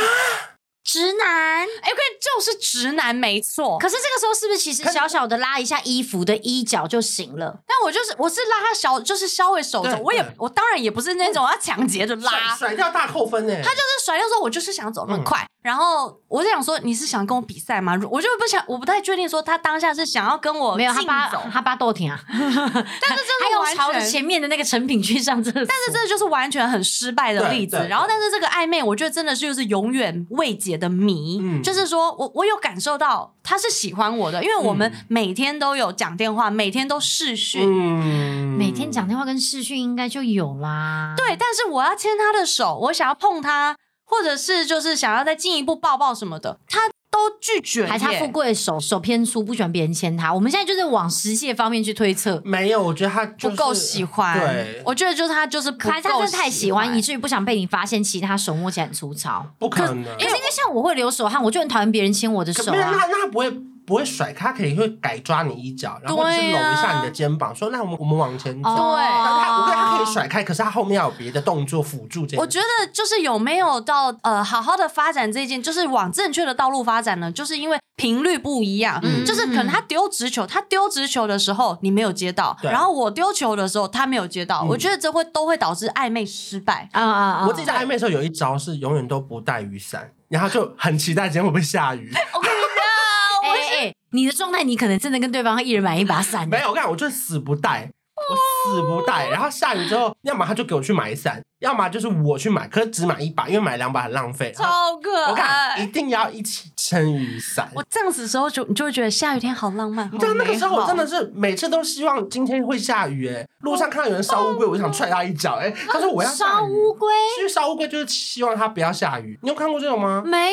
S3: 直男。
S2: 我跟你就是直男没错。
S3: 可是这个时候是不是其实小小的拉一下衣服的衣角就行了？
S2: 但我就是我是拉他小，就是稍微手肘
S1: 对，
S2: 我也
S1: 对
S2: 我当然也不是那种要强劫的拉，
S1: 甩嗯
S2: 他
S1: 甩掉大扣分欸呢。他就
S2: 就是甩掉说我就是想走那么快。然后我就想说你是想跟我比赛吗？我就不想，我不太确定说他当下是想要跟我
S3: 没有，他
S2: 竞
S3: 扒
S2: 走，
S3: 他扒豆挺啊，
S2: 但是
S3: 他
S2: 这
S3: 有
S2: 是
S3: 朝
S2: 完
S3: 着
S2: 全
S3: 前面的那个成品去上厕所。但
S2: 这真的就是完全很失败的例子
S1: 对。对
S2: 然后，但是这个暧昧，我觉得真的是就是永远未解的谜。
S1: 嗯
S2: 就是说我我有感受到他是喜欢我的，因为我们
S1: 嗯
S2: 每天都有讲电话，每天都视讯。
S1: 嗯
S3: 每天讲电话跟视讯应该就有啦。
S2: 对，但是我要牵他的手，我想要碰他，或者是就是想要再进一步抱抱什么的，他都拒绝耶。
S3: 还差富贵的手手偏粗，不喜欢别人牵他。我们现在就是往实际的方面去推测，
S1: 没有，我觉得他就
S2: 不
S1: 是
S2: 够喜欢。
S1: 对，
S2: 我觉得就是他就是不
S3: 还是他
S2: 够
S3: 真的太喜欢，以至于不想被你发现，其他手摸起来很粗糙。
S1: 不可能。
S3: 可是因为像我会流手汗，我就很讨厌别人牵我的
S1: 可
S3: 手
S1: 没有，
S3: 啊。
S1: 那那他不会不会甩，他可以会改抓你一脚，然后或者是
S2: 对
S1: 搂
S2: 啊
S1: 一下你的肩膀，说那我们我们往前走。
S3: 哦
S1: 然后他我觉得他可以
S3: 甩。
S1: 甩开，可是他后面要有别的动作辅助这件事。
S2: 我觉得就是有没有到呃好好的发展这一件，就是往正确的道路发展呢？就是因为频率不一样，
S1: 嗯
S2: 就是可能他丢直球，他丢直球的时候你没有接到，
S1: 对
S2: 然后我丢球的时候他没有接到，
S1: 嗯
S2: 我觉得这会都会导致暧昧失败。
S3: 啊啊啊！
S1: 我自己在暧昧的时候有一招是永远都不带雨伞，然后就很期待今天会不会下雨。
S2: 我跟你讲，
S3: 哎哎哎，你的状态，你可能真的跟对方一人买一把伞。
S1: 没有，我跟你讲，我就是死不带，我死不带。然后下雨之后，要么他就给我去买伞，要么就是我去买，可是只买一把，因为买两把很浪费。然后
S2: 超可
S1: 我看一
S2: 爱。
S1: 定要一起撑雨伞。
S2: 我这样子的时候就你就会觉得下雨天好浪漫，
S1: 你知道
S2: 好
S1: 那个时候，
S2: 美
S1: 我
S2: 哦好
S1: 真的是每次都希望今天会下雨、哎，路上看到有人烧乌龟，我就想踹他一脚、哎，他说
S2: 哦
S1: 我要下雨
S3: 烧乌，龟
S1: 其实烧乌龟就是希望它不要下雨。你有看过这种吗？
S3: 没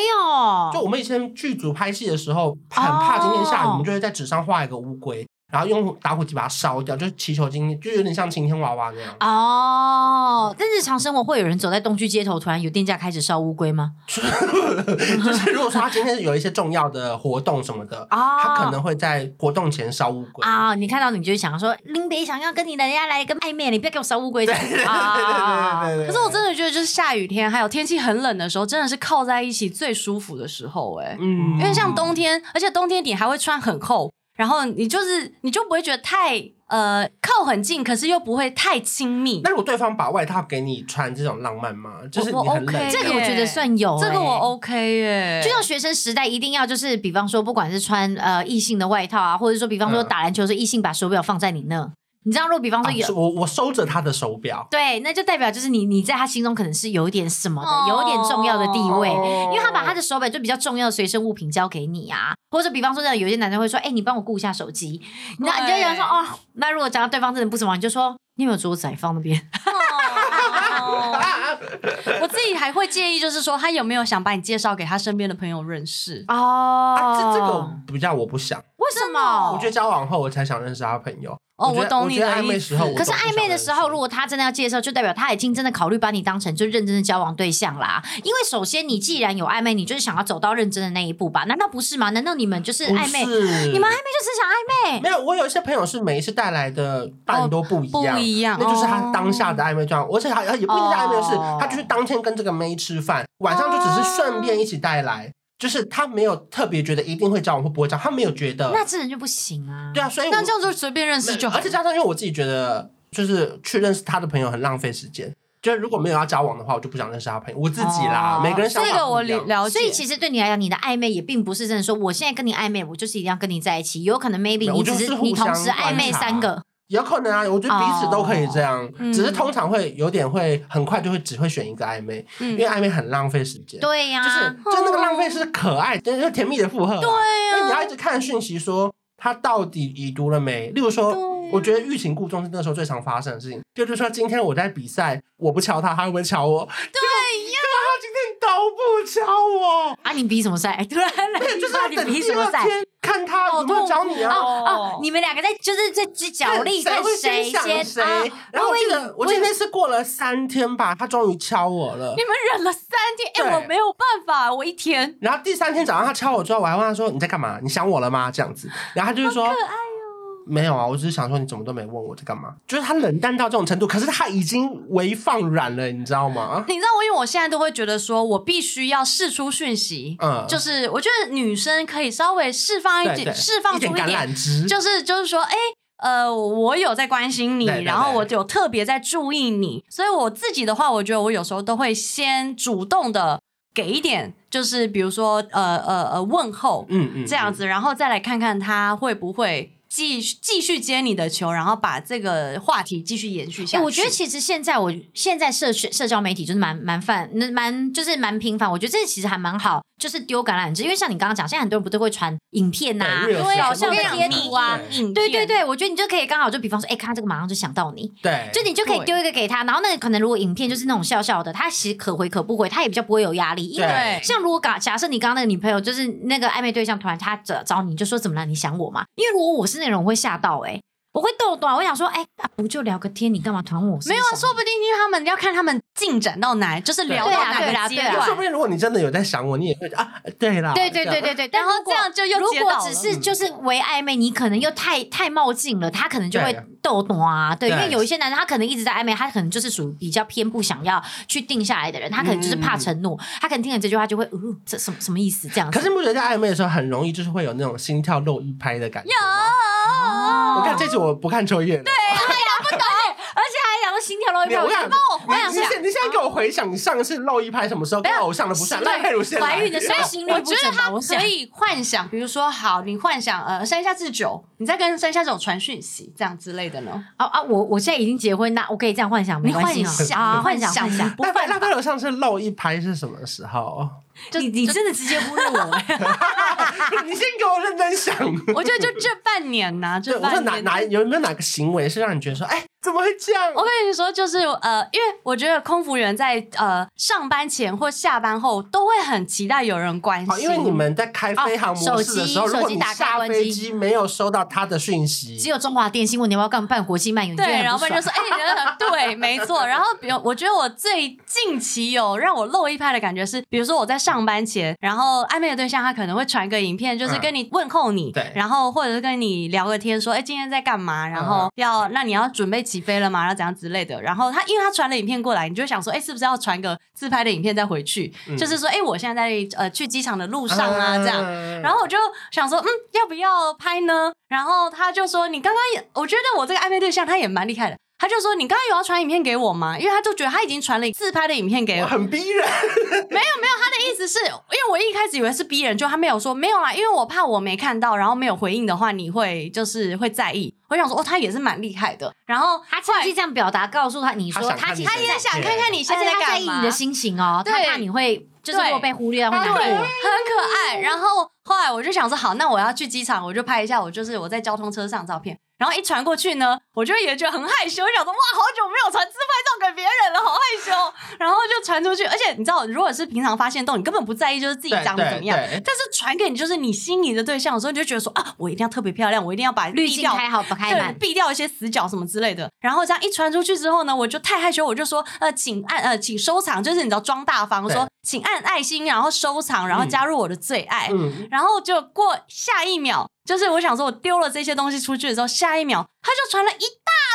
S1: 就
S3: 有？
S1: 我们以前剧组拍戏的时候，很怕今天下雨，
S3: 哦
S1: 我们就会在纸上画一个乌龟，然后用打火机把它烧掉，就是祈求今天，就有点像晴天娃娃那样。 <laughs>
S3: 哦，但日常生活会有人走在东区街头，突然有店家开始烧乌龟吗？
S1: 就是如果说他今天有一些重要的活动什么的，
S2: 哦
S3: 啊
S1: 他可能会在活动前烧乌龟。
S3: 啊，你看到你就想要说林北想要跟你人家来一个暧昧，你不要给我烧
S1: <laughs>
S3: 乌龟。对
S1: 对
S3: 对
S1: 对对对对
S2: 啊可是我真的觉得，就是下雨天还有天气很冷的时候，真的是靠在一起最舒服的时候、哎，
S1: 嗯
S2: 因为像冬天，而且冬天你还会穿很厚，然后你就是你就不会觉得太呃靠很近，可是又不会太亲密
S1: 那。如果对方把外套给你穿，这种浪漫吗？就是
S2: 我
S1: 你很冷
S2: OK
S3: 这个我觉得算有、
S2: 这个我
S3: 欸
S2: OK 耶，
S3: 就像学生时代，一定要就是，比方说，不管是穿呃异性的外套啊，或者说，比方说
S1: 嗯
S3: 打篮球的时候，异性把手表放在你那，你知道，如果比方
S1: 啊
S3: 说有、
S1: 是我我收着他的手表，
S3: 对，那就代表就是你你在他心中可能是有一点什么的，
S2: 哦
S3: 有一点重要的地位，
S1: 哦
S3: 因为他把他的手表就比较重要的随身物品交给你啊，或者比方说像有一些男生会说，哎、你帮我顾一下手机，你知道，你就
S2: 对
S3: 想说哦，那如果讲到对方真的不怎么，你就说你有没有桌子还放那边？
S2: 哦
S1: 啊
S2: 我自己还会介意，就是说他有没有想把你介绍给他身边的朋友认识。
S3: 哦，
S1: 啊，这这个比较我不想，
S3: 为什么？
S1: 我觉得交往后我才想认识他的朋友。我
S2: 哦我
S1: 觉得
S2: 懂你的
S1: 我觉得暧昧时候
S2: 意
S1: 我都
S2: 思
S3: <laughs>
S1: 不
S3: 可是
S1: 想认识，
S3: 暧昧的时候，如果他真的要介绍，就代表他已经真的考虑把你当成就认真的交往对象啦。因为首先，你既然有暧昧，你就是想要走到认真的那一步吧？难道不是吗？难道你们就是
S1: 不
S3: 暧昧？
S1: 是
S3: 你们暧昧就只想暧昧？
S1: 没有，我有一些朋友是每一次带来的伴都不一
S2: 不
S1: 样，
S3: 哦
S2: 一样
S1: 那就是他当下的暧昧状态，而且他也不一定是暧昧的事，
S3: 哦
S1: 他就是当天跟这个妹吃饭，晚上就只是顺便一起带来，就是他没有特别觉得一定会交往或不会交往，他没有觉得，
S3: 那这人就不行啊！
S1: 对啊，所以我
S2: 那这样就随便认识就好
S1: 而且。加上因为我自己觉得，就是去认识他的朋友很浪费时间，就是如果没有要交往的话，我就不想认识他的朋友，我自己啦，
S3: 哦
S1: 每个人想法
S2: 这个我
S1: 不一样
S2: 了了解，
S3: 所以其实对你来讲，你的暧昧也并不是真的说，我现在跟你暧昧，我就是一定要跟你在一起。有可能 maybe
S1: 有
S3: 你只
S1: 就是互
S3: 你同时
S1: 相观
S3: 暧昧
S1: 察
S3: 三个，
S1: 有可能啊，我觉得彼此都可以这样，
S2: 嗯
S1: 只是通常会有点会很快就会只会选一个暧昧，
S2: 嗯
S1: 因为暧昧很浪费时间。
S3: 对呀、哦
S1: 就是就那个浪费是可爱，就是甜蜜的负荷啊。对
S2: 呀
S1: 因为你要一直看讯息说他到底已读了没。例如说
S3: 啊
S2: 对呀，
S1: 我觉得欲擒故纵是那时候最常发生的事情。就是说，今天我在比赛，我不敲他，他会不会敲我？对呀，他今天都不敲我。
S3: 啊，你比什么赛？ <laughs> 突然来
S1: 对，就是要
S3: 你
S1: 等
S3: 比
S1: 第
S3: 什么
S1: 二
S3: 赛？
S1: 天看他有没有找你啊。
S3: 哦哦，你们两个在就是在只角力，
S1: 对
S3: 看
S1: 会
S3: 谁
S1: 想
S3: 先
S1: 谁
S3: 啊？
S1: 然后我
S3: 以
S1: 记
S3: 为
S1: 得，我记得那次过了三天吧，他终于敲我了
S2: 你。们忍了三天，哎、
S1: 对
S2: 我没有办法，我一天
S1: 然后第三天早上他敲我之后，我还问他说：“你在干嘛？你想我了吗？”这样子，然后他就是说：“
S2: 哦
S1: 没有啊，我只是想说你怎么都没问我在干嘛。”就是他冷淡到这种程度，可是他已经微放软了，你知道吗？
S2: 你知道我，因为我现在都会觉得说，我必须要试出讯息，
S1: 嗯
S2: 就是我觉得女生可以稍微释放一
S1: 对对，
S2: 点，释放
S1: 一
S2: 出
S1: 点
S2: 一
S1: 橄
S2: 点，
S1: 榄枝，
S2: 就是就是说，哎、呃，我有在关心你，
S1: 对对对
S2: 然后我有特别在注意你，所以我自己的话，我觉得我有时候都会先主动的给一点，就是比如说呃呃呃问候，
S1: 嗯嗯，
S2: 这样子，然后再来看看他会不会继续继续接你的球，然后把这个话题继续延续下
S3: 哎、
S2: 去。
S3: 我觉得其实现在我现在社群社交媒体就是蛮蛮泛，那蛮就是蛮频繁。我觉得这其实还蛮好，就是丢橄榄枝，因为像你刚刚讲，现在很多人不都会传影片呐、
S1: 对，reels
S2: 对，
S1: 啊
S2: 好
S3: 搞
S1: 什
S3: 笑
S1: 么
S3: 的
S2: 像
S1: 的
S3: 贴
S1: 迷
S3: 图啊。
S2: 影
S3: 对对
S2: 片，
S3: 对，我觉得你就可以刚好就比方说，哎、看到这个马上就想到你，
S2: 哎
S1: 对，
S3: 就你就可以
S2: 对
S3: 丢一个给他，然后那个可能如果影片就是那种笑笑的，他其实可回可不回，他也比较不会有压力，因为
S1: 对
S3: 像如果假假设你刚刚那个女朋友就是那个暧昧对象，突然她找找你，你就说怎么了？你想我吗？因为如果我是那种人，我会吓到哎、欸我会逗短，我想说哎、啊不就聊个天，你干嘛团我？
S2: 没有啊，说不定因为他们要看他们进展到哪，就是聊到
S3: 对啊
S2: 哪
S3: 对
S2: 个
S3: 啊
S2: 阶
S3: 对啊
S2: 段，
S1: 说不定如果你真的有在想我，你也会啊，对啦，
S3: 对对对对对，但
S2: 然后
S3: 如果
S2: 这样就又
S3: 如
S2: 接到
S3: 果
S2: 了
S3: 只
S1: 嗯
S3: 是就是为暧昧，你可能又太太冒进了，他可能就会
S1: 对
S3: 逗懂啊，对，因
S1: 对
S3: 为有一些男生他可能一直在暧昧，他可能就是属于比较偏不想要去定下来的人，他可能就是怕承诺，他可能听了这句话就会，呃，这什么什么意思这样
S1: 嗯
S3: 子？
S1: 可是你不觉得在暧昧的时候很容易就是会有那种心跳漏一拍的感觉吗？
S2: 有
S1: 我看这集我不看秋叶了，对，
S3: 哦哎而且还想说心跳漏一
S1: 你
S3: 拍，
S1: 我
S3: 我就
S1: 想
S3: 帮我我想
S1: 你现
S3: 想。
S1: 你现在给我回想，你上次露一拍什么时候？跟偶像的不是赖佩如先来
S3: 哎怀孕的时候心率
S2: 我
S3: 不
S2: 觉
S3: 整
S2: 得
S3: 吧？
S2: 他
S3: 我想
S2: 可以幻想，比如说，好，你幻想呃山下智久，你再跟山下智久传讯息，这样之类的
S1: <laughs>
S2: 呢？
S3: 啊啊！我我现在已经结婚，那我可以这样幻想，没
S2: 你
S3: 关系
S2: 幻
S3: 啊
S2: 想
S3: 啊！幻想
S2: 想
S3: 幻想，
S2: 不
S1: 赖佩
S2: 犯
S1: 赖
S2: 法
S1: 佩如上次露一拍是什么时候？
S2: 就
S3: 你你真的直接侮辱
S1: <laughs>
S3: 我，
S1: 你先给我认真想。
S2: 我觉得就这半年呐，
S1: 对，
S2: 这
S1: 我说
S2: 半
S1: 哪
S2: 年
S1: 哪有没有哪个行为是让你觉得说，哎，怎么会这样？
S2: 我跟你说，就是呃，因为我觉得空服员在呃上班前或下班后都会很期待有人关心，
S1: 好，哦因为你们在开飞航模式的时候，
S3: 哦手机
S1: 如果你
S3: 手机打开
S1: 下
S3: 关机
S1: 飞机没有收到他的讯息，
S3: 只有中华电信问你要不要干办国际漫游，你觉得
S2: 对，
S3: 很
S2: 然后
S3: 不
S2: 不然就
S3: 爽
S2: 说哎、你等等对，没错。然后比如我觉得我最近期有让我漏一拍的感觉是，比如说我在上班前，然后暧昧的对象他可能会传个影片，就是跟你问候你，
S1: 嗯对
S2: 然后或者是跟你聊个天，说哎、今天在干嘛，然
S1: 嗯
S2: 后要、那你要准备起飞了吗？然后怎样之类的。然后他因为他传了影片过来，你就会想说哎、是不是要传个自拍的影片再回去？
S1: 嗯
S2: 就是说哎、我现在在呃去机场的路上啊这样。
S1: 嗯
S2: 然后我就想说，嗯，要不要拍呢？然后他就说：“你刚刚也，我觉得我这个暧昧对象他也蛮厉害的。”他就说：“你刚刚有要传影片给我吗？”因为他就觉得他已经传了自拍的影片给
S1: 我
S2: 我。
S1: 很逼人，
S2: 他的意思是因为我一开始以为是逼人，就他没有说没有啦，因为我怕我没看到，然后没有回应的话，你会就是会在意。我想说，哦，他也是蛮厉害的。然后
S3: 他趁机这样表达，告诉他你
S1: 他
S3: 说
S1: 想看
S3: 他其
S1: 你
S3: 实
S1: 他也
S3: 在
S1: 想
S2: 想看看你现
S3: 而且
S2: 在
S3: 他在
S2: 干
S3: 意
S2: 嘛
S3: 你的心情哦，他
S2: 对
S3: 怕你会就是
S2: 对
S3: 如果被忽略会难
S2: 哦对，很
S1: 啊
S3: 过。
S2: 可爱。然后后来我就想说，好，那我要去机场，我就拍一下我就是我在交通车上的照片。然后一传过去呢，我就也觉得很害羞，想说哇，好久没有传自拍照给别人了，好害羞。然后就传出去，而且你知道，如果是平常发现动，你根本不在意，就是自己
S1: 对
S2: 长得怎么样。
S1: 对对
S2: 但是传给你就是你心仪的对象的时候，你就觉得说啊，我一定要特别漂亮，我一定要把
S3: 滤
S2: 避
S3: 镜
S2: 掉
S3: 开好不开
S2: 对，
S3: 满，
S2: 避掉一些死角什么之类的。然后这样一传出去之后呢，我就太害羞，我就说呃，请按呃，请收藏，就是你知道装大方，我
S1: 对
S2: 说请按爱心，然后收藏，然后加入我的最爱。
S1: 嗯，
S2: <laughs> 然后就过下一秒，就是我想说，我丢了这些东西出去的时候，下一秒他就传了一大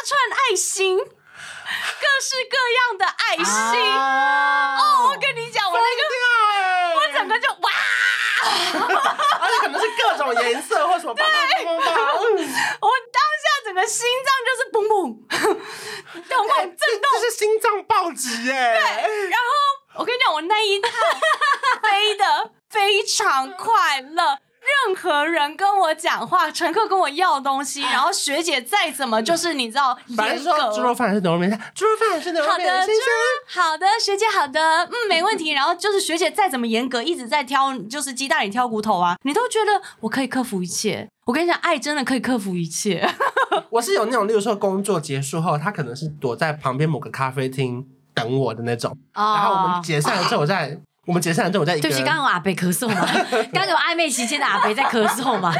S2: 串爱心，各式各样的爱心。
S1: 啊
S2: 哦，我跟你讲，我那
S1: 欸
S2: 个我整个就哇，
S1: 而且可能是各种颜色或什么，对，
S2: 我当下整个心脏就是 <laughs> 嘣嘣咚
S1: 嗯
S2: 咚震动。
S1: 这是心脏暴击哎，
S2: 我跟你讲，我那 <laughs> 一趟飞
S1: 啊
S2: 的非常快乐。任何人跟我讲话，乘客跟我要东西，然后学姐再怎么就是你知道
S1: 反正
S2: 严
S1: 说猪肉
S2: 格。
S1: 饭还是牛肉面，猪肉饭还是牛肉
S2: 好
S1: 面，
S2: 的，
S1: 先
S2: 猪
S1: 生。
S2: 好的，学姐好的，嗯，没问题。然后就是学姐再怎么严格，一直在挑，就是鸡蛋里挑骨头啊，你都觉得我可以克服一切。我跟你讲，爱真的可以克服一切。
S1: 我是有那种，例如说工作结束后，他可能是躲在旁边某个咖啡厅等我的那种。然后我们
S3: 哦。
S1: 解散了之后，我再、我们解散了之后，我再一个
S3: 对不起，
S1: 人，
S3: 刚刚有阿北咳嗽嘛？刚刚有暧昧期间的阿北在咳嗽嘛？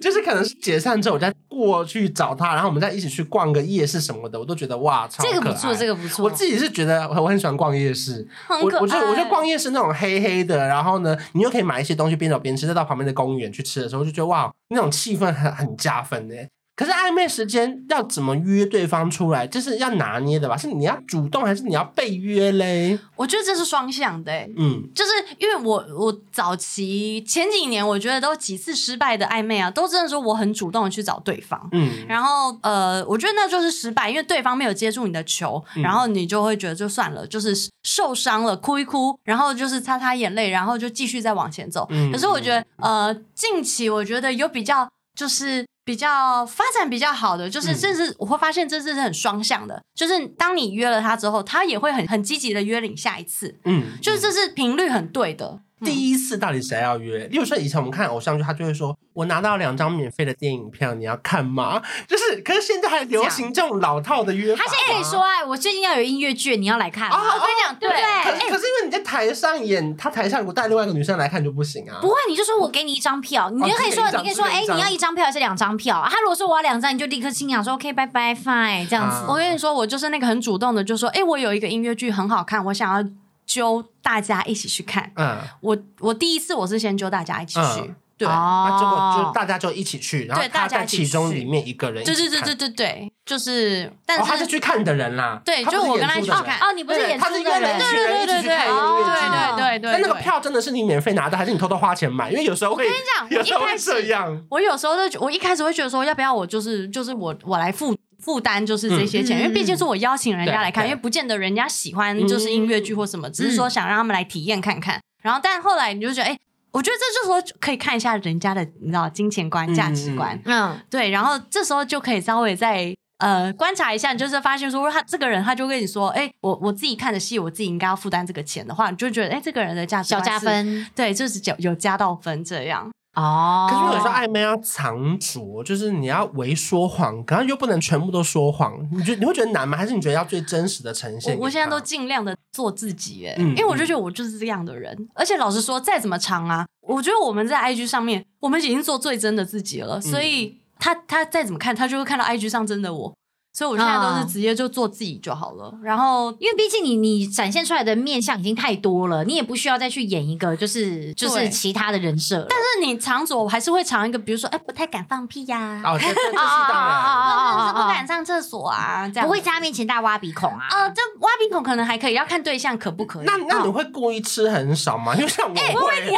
S1: 就是可能是解散之后，我再过去找他，然后我们再一起去逛个夜市什么的，我都觉得哇，超
S3: 这个不
S1: 可
S3: 错，
S1: 爱
S3: 这个不错。
S1: 我自己是觉得我很喜欢逛夜市，
S2: 很
S1: 我
S2: 可爱
S1: 我就我就逛夜市那种黑黑的，然后呢，你又可以买一些东西边走边吃，再到旁边的公园去吃的时候，就觉得哇，那种气氛很很加分呢。欸可是暧昧时间要怎么约对方出来，这是要拿捏的吧？是你要主动还是你要被约嘞？
S2: <laughs> 我觉得这是双向的、欸，
S1: 嗯，
S2: 就是因为我我早期前几年，我觉得都几次失败的暧昧啊，都真的说我很主动的去找对方。
S1: 嗯，
S2: 然后，呃，我觉得那就是失败，因为对方没有接住你的球，
S1: 嗯
S2: 然后你就会觉得就算了，就是受伤了，哭一哭，然后就是擦擦眼泪，然后就继续再往前走。
S1: 嗯
S2: 可是我觉得，呃，近期我觉得有比较，就是比较发展比较好的，就是
S1: 嗯
S2: 这是我会发现这次是很双向的，就是当你约了他之后，他也会很很积极的约你下一次。
S1: 嗯，
S2: 就是这是频率很对的。
S1: 第一次到底谁要约？例如说以前我们看偶像剧，他就会说我拿到两张免费的电影票，你要看吗？ <laughs> 就是，可是现在还流行这种老套的约法
S3: 他
S1: 吗。
S3: 现在可以说，哎，我最近要有音乐剧，你要来看吗。
S1: 哦
S2: 我跟你讲，对
S3: 对
S1: 可是，
S3: 哎
S1: 可是因为你在台上演，他台上如果带另外一个女生来看就不行啊。
S3: 不会，你就说我给你一张票，你就可以说，
S1: 只给一张
S3: 你可以说，
S1: 只给
S3: 哎
S1: 一，张
S3: 你要一张票还是两张票？啊他如果说我要两张，你就立刻心想说，OK，拜拜，fine，这样子
S1: 啊。
S2: 我跟你说，我就是那个很主动的，就说，哎、我有一个音乐剧很好看，我想要揪大家一起去看。
S1: 嗯，
S2: 我我第一次我是先揪大家一起去，
S1: 嗯
S2: 对。
S1: 那结果就
S3: 哦，
S1: 大家就一起去，然后
S2: 对
S1: 他
S2: 大家
S1: 在
S2: 一起
S1: 其中
S2: 去
S1: 里面一个人一
S2: 对
S1: 起
S2: 对
S1: 看，
S2: 对对对对，就是，但
S1: 哦，他是
S2: 是
S1: 去看的人啦，
S2: 对
S1: 他不是
S2: 就我
S1: 演
S2: 跟他
S1: 出的
S2: 一起
S1: 人
S2: 看
S3: 哦，你不是
S1: 对
S3: 演
S1: 他
S3: 出
S1: 是
S3: 的
S1: 一个人
S3: 人，
S1: 去人一起去看音
S3: 哦
S1: 乐
S2: 对
S1: 剧
S2: 对
S1: 的。
S2: 对对
S1: 但那个
S2: 对
S1: 票真的是你免费拿的，还是你偷偷花钱买？因为有时候会，
S2: 我跟你讲
S1: 有时候
S2: 我一
S1: 会
S2: 开始
S1: 这样。
S2: 我有时候就觉我一开始会觉得说，要不要我就是就是我我来负负担就是这些
S3: 嗯
S2: 钱，因为毕竟是我邀请人家来看，
S1: 对对
S2: 因为不见得人家喜欢就是音乐剧
S3: 嗯
S2: 或什么，只是说想让他们来体验看看。然后，但后来你就觉得，哎、我觉得这就是说可以看一下人家的，你知道金钱观、
S1: 嗯
S2: 价值观，
S3: 嗯，
S2: 对。然后这时候就可以稍微再呃观察一下，你就是发现说他这个人，他就跟你说，哎、我我自己看的戏，我自己应该要负担这个钱的话，你就觉得，哎、这个人的价值
S3: 小
S2: 观
S3: 加
S2: 是，
S3: 分
S2: 对，就是有有加到分这样。
S3: 哦。
S1: 可是有时候暧昧要藏拙，就是你要为说谎，可是又不能全部都说谎。你觉你会觉得难吗？还是你觉得要最真实的呈现
S2: 我
S1: 给他？
S2: 我现在都尽量的做自己、欸，
S1: 嗯
S2: 因为我就觉得我就是这样的人。而且老实说，再怎么长啊，我觉得我们在 IG 上面，我们已经做最真的自己了，所
S1: 嗯
S2: 以他他再怎么看，他就会看到 IG 上真的我。所以我现在都
S3: 啊
S2: 是
S1: 嗯
S2: 直接就做自己就好了。然后
S3: 因为毕竟你你展现出来的面相已经太多了，你也不需要再去演一个就是就是
S2: 对
S3: 其他的人设了。但
S2: 但是你藏左，我还是会藏一个，比如说，哎、不太敢放屁呀、啊，
S1: 哦，这这这是
S3: 啊
S1: 当
S3: 啊
S1: 然。
S3: 啊
S2: 或者是
S1: 哦
S2: 不敢上厕所啊，这样
S3: 不会在他面前大挖鼻孔啊！
S2: 啊、这挖鼻孔可能还可以，要看对象可不可以。哦
S1: 那那你会故意吃很少吗？因为像我会，
S3: 不是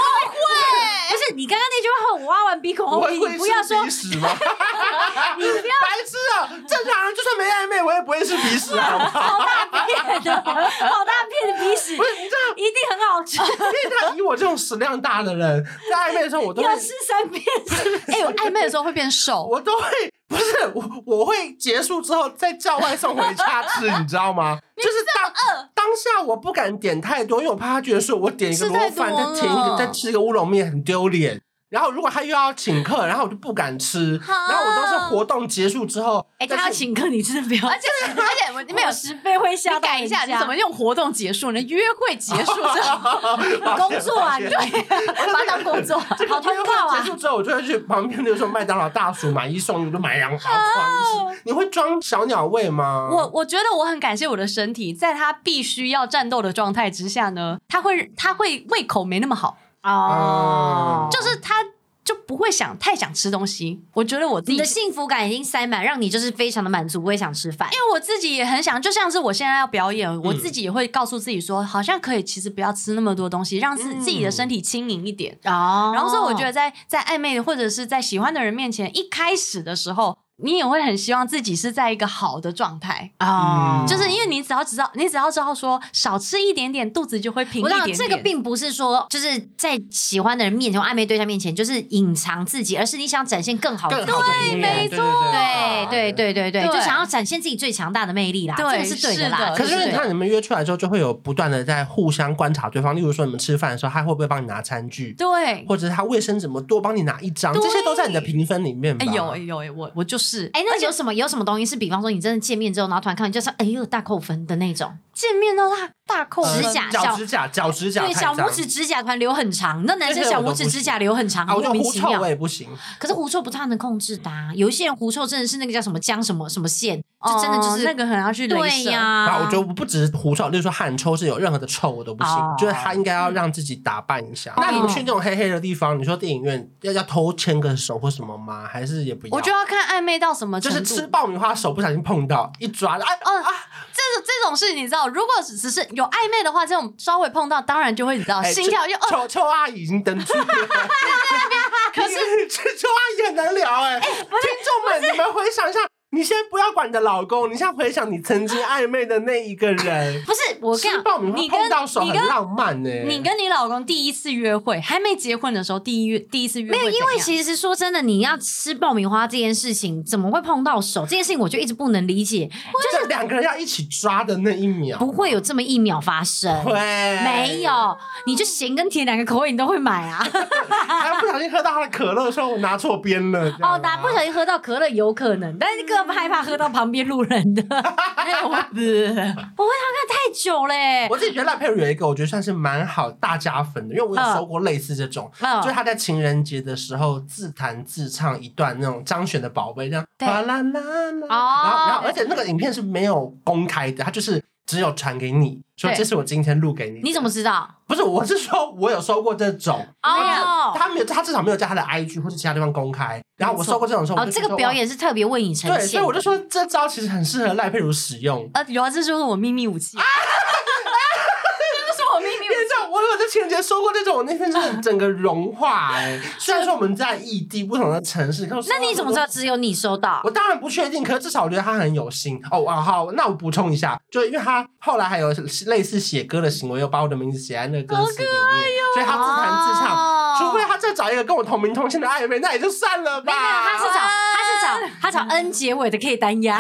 S3: 是你刚刚那句话，我挖完鼻孔后，
S1: 我
S3: 哦你
S1: 会
S3: 不要
S1: 吃
S3: 说
S1: 鼻屎吗？
S3: <laughs> 你不要
S1: <laughs> 白痴啊！正常人就算没暧昧，我也不会吃鼻屎，啊好不好？
S3: 哦骗
S2: <laughs>
S3: 的，好大片的鼻屎，
S1: 不是你这样，
S3: 一定很好吃。
S1: 因为他以我这种食量大的人，在暧昧的时候，我都会
S3: 要吃三片，
S2: 哎、我暧昧的时候会变瘦，
S1: 我都会不是我，我会结束之后再叫外送回家吃，你知道吗？就是当当下我不敢点太多，因为我怕他觉得说我点一个
S2: 吃
S1: 螺
S2: 太
S1: 饭，
S2: 多
S1: 再点一个，
S2: 了
S1: 再吃一个乌龙面很丢脸。然后如果他又要请客，然后我就不敢吃。
S2: 哈
S1: 然后我都是活动结束之后，
S3: 哎，
S1: 再
S3: 他要
S1: 去
S3: 请客，你真的不要。
S2: 而且而且我你没有
S3: 十倍会吓
S2: 你
S3: 到
S2: 改一下，
S3: 人
S2: 你
S3: 家
S2: 怎么用活动结束？你的约会结束之后，
S3: <laughs> 工作啊？
S1: 抱
S3: 对
S1: 歉，
S3: 把它当工作，好通告
S1: 结
S3: 啊！
S1: 束之后，我就会去旁边，比如说麦当劳大叔买一送一，我就买两包装 <laughs> 你会装小鸟胃吗？
S2: 我我觉得我很感谢我的身体，在他必须要战斗的状态之下呢，他会他会胃口没那么好，
S1: 哦
S2: 就是他就不会想太想吃东西。我觉得我自己
S3: 你的幸福感已经塞满，让你就是非常的满足，不会想吃饭
S2: 因。为我自己也很想，就像是我现在要表演，我
S1: 嗯
S2: 自己也会告诉自己说，好像可以其实不要吃那么多东西，让自
S1: 嗯
S2: 自己的身体轻盈一点。
S3: 哦
S2: 然后，所以我觉得在在暧昧或者是在喜欢的人面前，一开始的时候，你也会很希望自己是在一个好的状态。
S3: 啊
S1: 哦
S2: 就是因为你只要知道，你只要知道说少吃一点点，肚子就会平一
S3: 我
S2: 点
S3: 想
S2: 点。
S3: 这个并不是说就是在喜欢的人面前、或暧昧对象面前，就是隐藏自己，而是你想展现更好
S1: 更
S3: 的
S1: 好的
S3: 自己
S1: 一面
S2: 没
S1: 对
S2: 错
S1: 对
S3: 对对对对，
S2: 对
S3: 就想要展现自己最强大的魅力啦，
S2: 对
S3: 这个是对的
S2: 是
S3: 啦。
S2: 的
S1: 可是因为
S2: 对
S1: 你看你们约出来之后，就会有不断的在互相观察对方。例如说，你们吃饭的时候，他会不会帮你拿餐具，
S2: 对，
S1: 或者是他卫生怎么多帮你拿一张，
S2: 对
S1: 这些都在你的评分里面吧？
S2: 哎有哎有哎，我我就是
S3: 哎，那有什么有什么东西是，比方说你真的见面之后，然后突然看你就是哎呦大扣分的那种，
S2: 见面都大大扣
S1: 呃
S2: 分
S3: 指甲
S1: 脚
S3: 小
S1: 指甲、脚指甲
S3: 对，
S1: 太
S3: 小
S1: 脏，
S3: 拇指指甲突然留很长，那男生小拇指指甲留很长，
S1: 啊，我就
S3: 莫名
S1: 狐
S3: 其
S1: 臭
S3: 妙
S1: 我。也不行。
S3: 可是狐臭不太能控制的、啊，有一些人狐臭真的是那个叫什么姜什么什么线，就真的就是、
S2: 哦那个很要去镭
S3: 对
S2: 射
S3: 呀、
S1: 啊，我觉得不只是狐臭，例如说汗臭是有任何的臭我都不行，
S3: 哦，
S1: 就是他应该要让自己打扮一
S2: 嗯
S1: 下。那你们
S2: 哦
S1: 去那种黑黑的地方，你说电影院要要偷牵个手或什么吗？还是也不要？
S2: 我就要看暧昧到什么
S1: 就
S2: 程度。
S1: 是吃爆米花手不小心碰到一抓，哎
S2: 哦，这种这种事你知道，如果只只是有暧昧的话，这种稍微碰到，当然就会你知道
S1: 哎
S2: 心跳就哦，
S1: 邱邱阿姨已经登出
S2: <laughs>
S1: 了， <laughs> 可是邱阿姨很难聊哎、听众们，你们回想一下，你先不要管你的老公，你现在回想你曾经暧昧的那一个人
S3: 不是我跟
S1: 吃
S3: 你
S1: 爆米
S2: 你
S1: 花
S2: 跟
S1: 碰到手
S2: 你
S1: 很
S2: 跟
S1: 浪漫欸呢、
S2: 你跟你老公第一次约会，还没结婚的时候，第一约第一次约
S3: 没
S2: 会
S3: 有，因为
S2: 实
S3: 其实说真的，你要吃爆米花这件事情，怎么会碰到手？这件事情我就一直不能理解，
S1: 就是两个人要一起抓的那一秒，啊
S3: 不会有这么一秒发生。
S1: 会
S3: 没，有，哦你就咸跟甜两个口味你都会买啊！
S1: 还不小心喝到他的可乐的时候，我拿错边了，这样
S3: 哦，拿不小心喝到可乐有可能，但是更害怕喝到旁边路人的，不会，他看太久嘞、
S1: 我自己觉得赖佩如有一个，我觉得算是蛮好大加分的，因为我有收过类似这种，
S3: 嗯
S1: 就是他在情人节的时候自弹自唱一段那种张悬的《宝贝》这样，
S3: 对
S1: 哗啦啦啦，
S3: 哦
S1: 然后然后而且那个影片是没有公开的，它就是只有传给你，说
S2: 对
S1: 这是我今天录给你。
S3: 你怎么？知道？
S1: 不是，我是说我有收过这种，
S3: 哦
S1: 他没有，他至少没有在他的 IG 或者其他地方公开。然后我收过这种的时候，
S3: 哦，
S1: 我就
S3: 这
S1: 觉得
S3: 个表演是特别为你呈
S1: 哇对，所
S3: 现
S1: 以我就说这招其实很适合赖佩如使用。
S2: 呃，有啊，这就是我秘密武器。这就是我秘密武
S1: 天
S2: 器。
S1: 上，我有在情人节收过这种，我那天真的整个融
S3: <laughs>
S1: 化哎、虽然说我们在异地不同的城市，可是
S3: 那你怎么知道？只有你收到？
S1: 我当然不确定，可是至少我觉得他很有心哦。啊好，那我补充一下，就因为他后来还有类似写歌的行为，又把我的名字写在那个歌词里面，所以他自弹自唱。
S3: 哦
S1: 除非他再找一个跟我同名同姓的暧昧，那也就算了吧
S3: 没。有，他是找他是找他找 N 结尾的可以单压。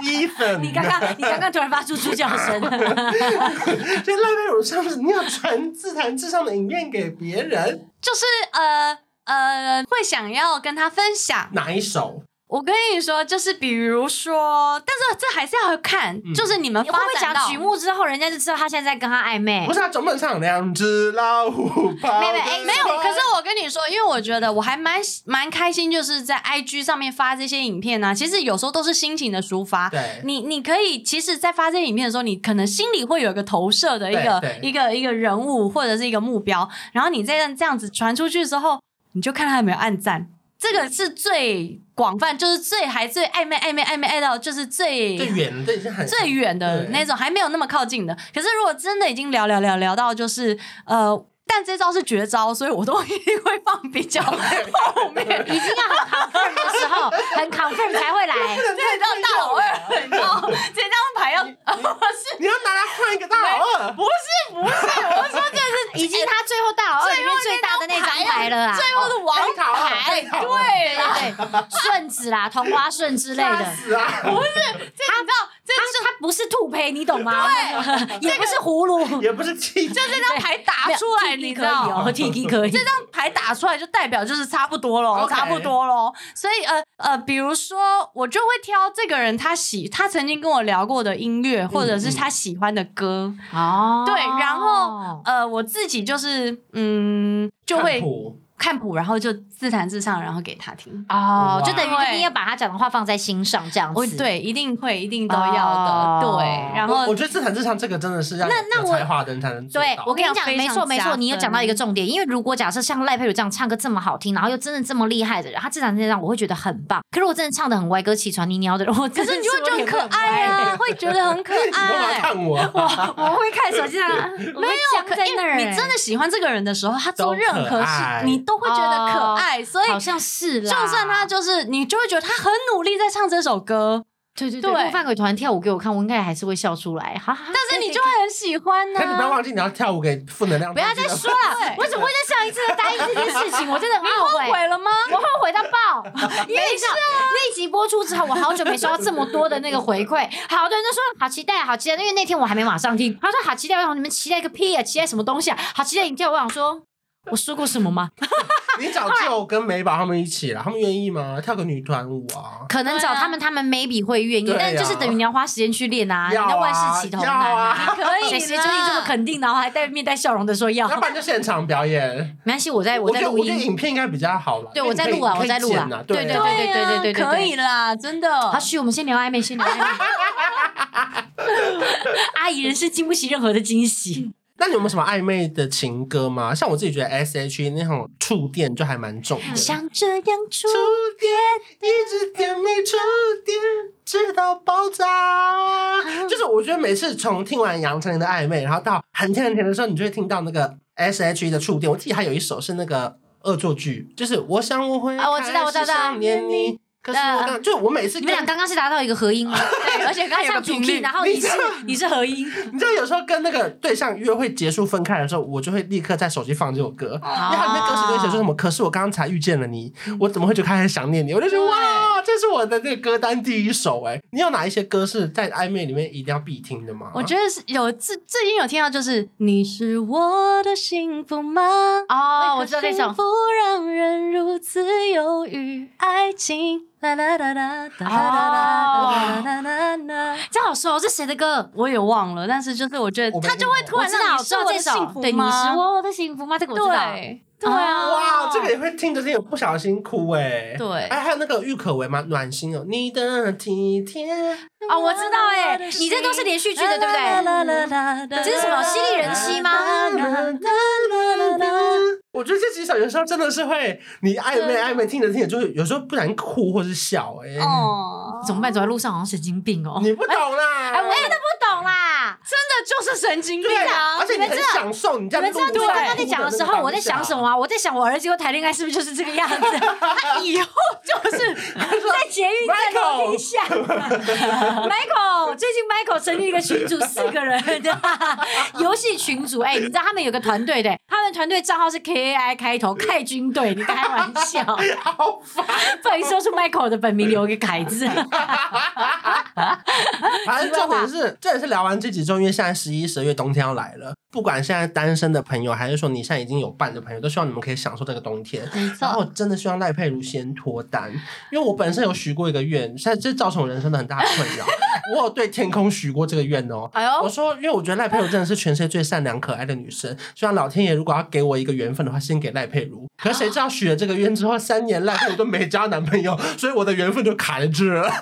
S1: 低粉。
S3: 你刚刚你刚刚突然发出猪叫声，
S1: 所以赖佩如上次你有传自弹自唱的影片给别人，
S2: 就是呃呃，会想要跟他分享。
S1: 哪一首？
S2: 我跟你说，就是比如说，但是这还是要看，
S1: 嗯
S2: 就是你们
S3: 你会
S2: 发
S3: 不会
S2: 展
S3: 讲
S2: 到
S3: 曲目之后，人家就知道他现在在跟他暧
S1: <laughs>
S3: 昧
S1: 不？是他啊总不能唱两只老虎跑。
S3: 没有没有哎
S2: 没有，可是我跟你说，因为我觉得我还蛮蛮开心，就是在 IG 上面发这些影片啊。其实有时候都是心情的抒发。
S1: 对
S2: 你你可以，其实，在发这些影片的时候，你可能心里会有一个投射的一个
S1: 对对
S2: 一个一个人物或者是一个目标，然后你再让这样子传出去之后，你就看他有没有暗赞。这个是最广泛，就是最还最暧昧暧昧暧昧暧到就是最
S1: 最远的已经很
S2: 最远的
S1: 对
S2: 那种，还没有那么靠近的。可是如果真的已经聊聊聊聊到就是呃。但但这招是绝招，所以我都一定会放比较后面。
S3: 已经要很 confirm 的时 <laughs> 候，很 confirm 才
S1: <laughs>
S3: 会来。
S2: 对，到大老二，你知道，这张牌要是
S1: 你要拿来换一个大老二，
S2: 不是不是？我是说这是
S3: 已经他最后大佬二里面哦最大的那张牌了啊啦，
S2: 啊最后的王牌，
S1: 最后的王
S2: 对
S3: 对
S2: 啦，
S3: 对对，顺子啦、同花顺之类
S1: <laughs>
S3: 的，
S1: 吓死啊！
S2: 不是这你知道这
S3: 他他不是兔胚，你懂吗？也不是葫芦，
S1: 也不是气，
S2: 就这张牌打
S3: 没有
S2: 出
S3: Tiki
S2: 来，你知
S3: 可以
S2: 道
S3: 哦，Tiki 可以。
S2: 这张牌打出来就代表就是差不多咯
S1: OK
S2: 差不多咯。所以呃呃，比如说我就会挑这个人他喜他曾经跟我聊过的音乐，或者是他喜欢的歌。
S3: 哦，
S2: 对，然后呃，我自己就是嗯，就
S1: 看
S2: 会
S1: 谱
S2: 看谱，然后就自弹自唱，然后给他听。
S3: 哦，就
S1: 哇
S3: 等于一
S2: 对
S3: 定要把他讲的话放在心上，这样
S2: 我
S3: 子。
S2: 哦对，一定会，一定都要的。
S3: 哦
S2: 对，然
S1: 我
S2: 后
S1: 我觉得自弹自唱这个真的是让
S3: 那那
S1: 有
S3: 我
S1: 才华的人才能做
S3: 对
S1: 到，
S3: 我跟你讲，
S2: 非
S3: 没
S2: 常
S3: 错没
S2: 加
S3: 错，
S2: 分
S3: 你有讲到一个重点，因为如果假设像赖佩如这样唱歌这么好听，然后又真的这么厉害的人，他自然这样我会觉得很棒。可是我真的唱的很歪歌起床泥尿的人，我可
S2: 可是你就会觉得很可爱 <laughs> 啊，会觉得很可
S1: <laughs> 你干嘛
S2: 爱。 <laughs>
S1: 看 <laughs> 我？
S3: 哎我会看手机上，没有
S2: 可因为你真的喜欢这个人的时候，他做
S1: 都
S2: 任
S1: 可
S2: 何
S1: 爱
S2: 事你都会觉得可
S3: 哦
S2: 爱，所以
S3: 好像是
S2: 就
S3: 啦，
S2: 算他就是你就会觉得他很努力在唱这首歌，
S3: 对对
S2: 对
S3: 对，如果范鬼突然跳舞给我看，我应该还是会笑出来，哈哈。
S2: 但是你就会很喜欢啊呢、
S1: 可是你不要忘记，你要跳舞给负能量。
S3: 不要再说了，我只会在上一次的答应这件事情，我真的很
S2: 后
S3: 懊悔。
S2: 悔了吗？
S3: 我后悔到爆，啊因为 <laughs> 你知道那集播出之后，我好久没收到这么多的那个回馈， <laughs> 好多人都说好期待，好期待，因为那天我还没马上听，他说好期待，我想你们期待个屁啊，期待什么东西啊，好期待你跳，我想说。我说过什么吗？
S1: <laughs> 你找舅跟美宝他们一起啦，他们愿意吗？跳个女团舞啊，
S3: 可能找他们，他们 maybe 会愿意
S1: 对，啊
S3: 但就是等于你要花时间去练啊，你
S1: 要啊
S3: 的万事起头难
S1: 要啊
S2: 可以啦
S3: 谁谁对你这么肯定，然后还带面带笑容的说要？
S1: 要不然就现场表演。
S3: 没关系，我在
S1: 我
S3: 在
S1: 觉得
S3: 录
S1: 我觉得
S3: 音，
S1: 影片应该比较好啦。
S3: 对
S1: 因为
S3: 我
S1: 你
S3: 在
S1: 可以
S3: 录啊，
S1: 可
S3: 我
S1: 以
S3: 在录啊
S1: 剪啊，，
S3: 对对
S1: 啊
S2: 对
S3: 对对
S2: 啊
S3: 对对对，
S2: 可以啦，真的。
S3: 好，许我们先聊暧昧，先聊暧 <laughs> 昧。阿姨人生经不起任何的惊喜，
S1: 那你有没有什么暧昧的情歌吗？像我自己觉得 S H E 那种触电就还蛮重的。
S3: 像嗯这样出
S1: 触电，一直甜蜜触电，直到爆炸。就是我觉得每次从听完杨丞琳的暧昧，然后到很甜很甜的时候，你就会听到那个 S H E 的触电。我记得还有一首是那个恶作剧，就是我想我会
S3: 啊我知道我知道
S1: 开始想念你。可是我刚，就我每次
S3: 你们俩
S1: 跟
S3: 刚刚是达到一个合音 <laughs> 吗？对，而且
S2: 刚刚有个
S3: 上主
S2: 频率
S3: key，然后你是你是合音，
S1: 你知道，有时候跟那个对象约会结束分开的时候，我就会立刻在手机放这首歌，
S2: 哦
S1: 因为它里面歌词都会写说什么“可是我刚刚才遇见了你，
S2: 嗯
S1: 我怎么会就开始想念你？”我就觉得
S2: 对
S1: 哇，这是我的那个歌单第一首哎、你有哪一些歌是在暧昧里面一定要必听的吗？
S2: 我觉得是有最最近有听到，就是你是我的幸福吗？
S3: 哦，
S2: 为
S3: 我
S2: 何
S3: 知道那
S2: 幸
S3: 首
S2: 福让人如此犹豫，爱情啦啦啦啦哒啦啦啦啦啦啦啦。
S3: 这好熟，这谁的歌？
S2: 我也忘了，但是就是我觉得
S1: 我没
S2: 他就会突
S3: 我
S2: 然
S3: 知道，
S2: 让
S3: 我
S2: 你
S3: 知
S2: 是
S3: 道这
S2: 我的幸
S3: 首，
S2: 福
S3: 对，你
S2: 吗
S3: 是我的幸福吗？这个我知道。
S2: 对对
S3: 哦
S2: 啊，
S1: 哇，这个也会听着听着不小心哭哎、
S2: 对
S1: 哎，还有那个郁可唯吗？暖心哦，你的体贴，
S3: 哦，我知道，哎，你这都是连续剧的，对不对？
S2: 对
S3: 这是什么犀利人妻吗
S1: 我觉得这几首有时候真的是会，你暧昧暧昧听着听着，就会有时候不然哭或是笑哎、
S2: 哦，
S3: 怎么办？走在路上好像神经病哦。
S1: 你不懂啦！
S3: 哎，我真的不懂啦。
S2: 真的就是神经病
S1: 对
S2: 啊！
S1: 而且你很享受你这
S3: 你
S1: 样
S3: 们
S1: 录
S3: 知
S1: 下
S3: 道
S1: 来
S3: 你
S1: 哭的那个当下。
S3: 们刚刚在讲的时候，我在想什么啊？我在想我儿子以后
S2: <laughs>
S3: 谈恋爱是不是就是这个 <laughs> 样子？他以后就是在捷运站楼梯下。Michael，最近 Michael 成立一个群组，四个人的游戏群组。哎，你知道他们有个团队的，他们团队账号是 K A I 开头，凯军队。你开玩笑？
S1: 好烦，
S3: 不好意思，说出 Michael 的本名留一个凯字。
S1: 反正重点是，这也是聊完这几周，因为现在十一、十二月冬天要来了，不管现在单身的朋友，还是说你现在已经有伴的朋友，都希望你们可以享受这个冬天。
S2: 没
S1: 然后我真的希望赖佩如先脱单，因为我本身有许过一个愿，现在这造成我人生的很大的
S3: <laughs>
S1: 困扰。我有对天空许过这个愿哦，
S3: 哎
S1: 我
S3: 呦，
S1: 说，因为我觉得赖佩如真的是全世界最善良可爱的女生，希望老天爷如果要给我一个缘分的话，先给赖佩如。可是谁知道许了这个愿之后，三年赖佩如都没交男朋友，所以我的缘分就卡在这儿了。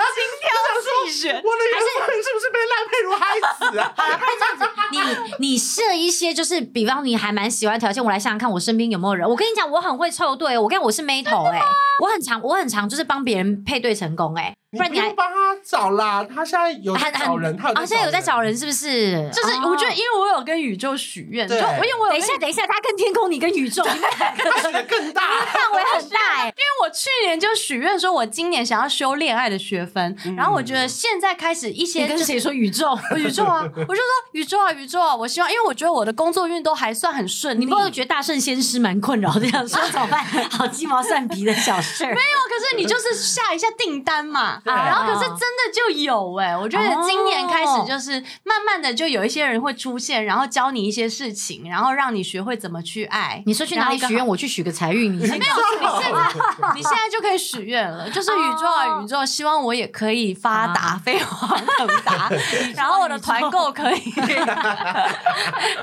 S2: 自己选
S1: 我的缘分是不是被赖佩如害
S3: <laughs>
S1: 死啊？
S3: 你你设一些就是，比方你还蛮喜欢的条件，我来想想看，我身边有没有人？我跟你欸讲，我很会凑对哦，我跟你讲我是妹头哎、我很常我很常就是帮别人配对成功哎、
S1: 你
S3: 不然你还
S1: 用帮他找啦。他现在有
S3: 很
S1: 找人，他
S3: 啊，现在有在找。人是不是？
S2: 就是
S3: 哦
S2: 我觉得，因为我有跟宇宙许愿，就
S1: 对
S2: 因为我有
S3: 等
S2: 跟
S3: 一下，等一下，他跟天空，你跟宇宙，你们两个
S1: 他学的更大，
S3: 范围很大哎。
S2: 因为我去年就许愿说，我今年想要修恋爱的学分，然后我觉得现在开始一些
S3: 嗯你
S2: 就
S3: 跟
S2: 是。
S3: 谁说宇宙？
S2: 我 <laughs> 宇宙啊，我就说宇宙啊，宇宙啊！我希望，因为我觉得我的工作运都还算很顺利。
S3: 你不会觉得大圣先师蛮困扰的，想说怎 <laughs> 么办？好鸡毛蒜皮的小事儿。
S2: 没有，可是你就是下一下订单嘛，
S1: 对
S2: 然后可是真的就有哎、我觉得今年开始就是慢慢的就有一些人会出现，然后教你一些事情，然后让你学会怎么去爱。
S3: 你说去哪里许
S2: 然
S3: 愿？
S2: 后
S3: 我去许个财运。你 <laughs> 没
S2: 没有，你现在你现在就可以许愿了，就是宇宙啊
S3: 哦
S2: 宇宙，希望我也可以发达
S3: 啊
S2: 飞黄腾
S3: <laughs>
S2: 达，然后我的团购可以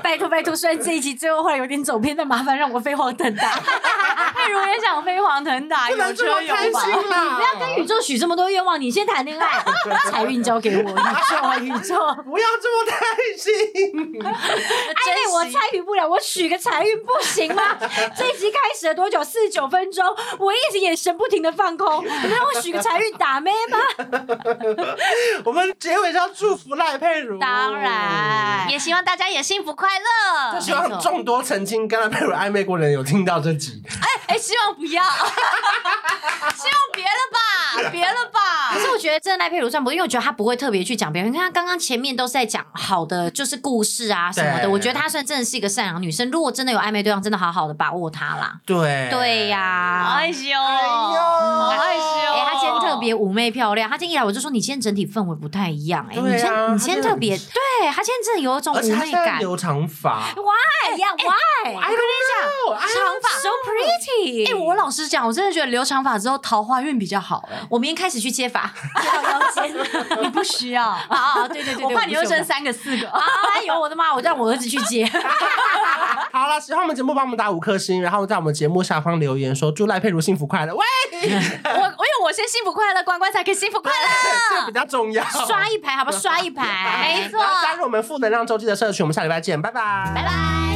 S3: 拜托拜托，虽然这一集最后后来有点走偏，但麻烦让我飞黄腾 <laughs> 达。
S2: 佩如也想飞黄腾达，
S1: 不
S3: 哎
S2: 有
S1: 能这么
S2: 车有
S1: 开
S2: 吧？
S1: 心啦！
S3: 啊不要跟宇宙许这么多愿望，你先谈恋爱， <laughs> 财运交给我。宇宙啊宇宙，
S1: 不要这么开心。 <laughs>
S3: 哎，
S2: 珍惜
S3: 我参与不了，我许个财运不行
S2: <laughs>
S3: 吗？这一集开始了多久？四十九分钟，我一直眼神不停的放 <laughs> 空，你们让我许个财运打妹吗？
S1: 我们结尾是要祝福赖佩如，
S3: 当然，
S2: 也希望大家也幸福快乐
S1: 就。希望众多曾经跟赖佩如暧昧过的人有听到这集，
S2: 哎、希望不要， <laughs> 希望别了吧，别了吧
S3: 可。是我觉得真的赖佩如算不，因为我觉得他不会特别去讲别人。你看他刚刚前面都是在讲好的，就是故事啊什么的。
S1: 对
S3: 我觉得她算真的是一个善良女生。如果真的有暧昧对象，真的好好的把握她啦。
S1: 对
S3: 对呀、
S2: 好害羞
S1: 哎呦，
S2: 哦，好害羞。
S3: 哎、她今天特别妩媚漂亮。她今天一来我就说，你今天整体氛围不太一样、哎、
S1: 对啊
S3: 你今天
S1: 她真
S3: 你今天
S1: 的
S3: 特别，对她今天真的有一种
S1: 而且
S3: 妩
S1: 他
S3: 媚
S1: 现在
S3: 感。
S1: 留长发，
S3: Why 哎呀、Why？
S1: I don't know，I don't
S3: 长发 so pretty。
S2: 哎、我老实讲，我真的觉得留长发之后桃花运比较好、哎，
S3: 我明天开始去接发，接到腰间。
S2: 你不需要啊！
S3: 啊，对对对对，
S2: 我怕你
S3: 不
S2: 会
S3: 是
S2: 生三个四
S3: <laughs>
S2: 个。
S3: 哎呦，我的妈！我让我儿子去接。
S1: <laughs> 好了，喜欢我们节目帮我们打五颗星，然后在我们节目下方留言说祝赖佩如幸福快
S3: <laughs>
S1: 乐，喂，
S2: 我我有我先幸福快乐，关关才可以幸福快
S1: 这个
S2: 乐
S1: 比。较重要。 <laughs>
S3: 刷一排，好不好？刷一排，
S2: 没错
S1: 然后加入我们负能量周记的社群，我们下礼拜见，拜拜，拜拜。
S3: 拜拜。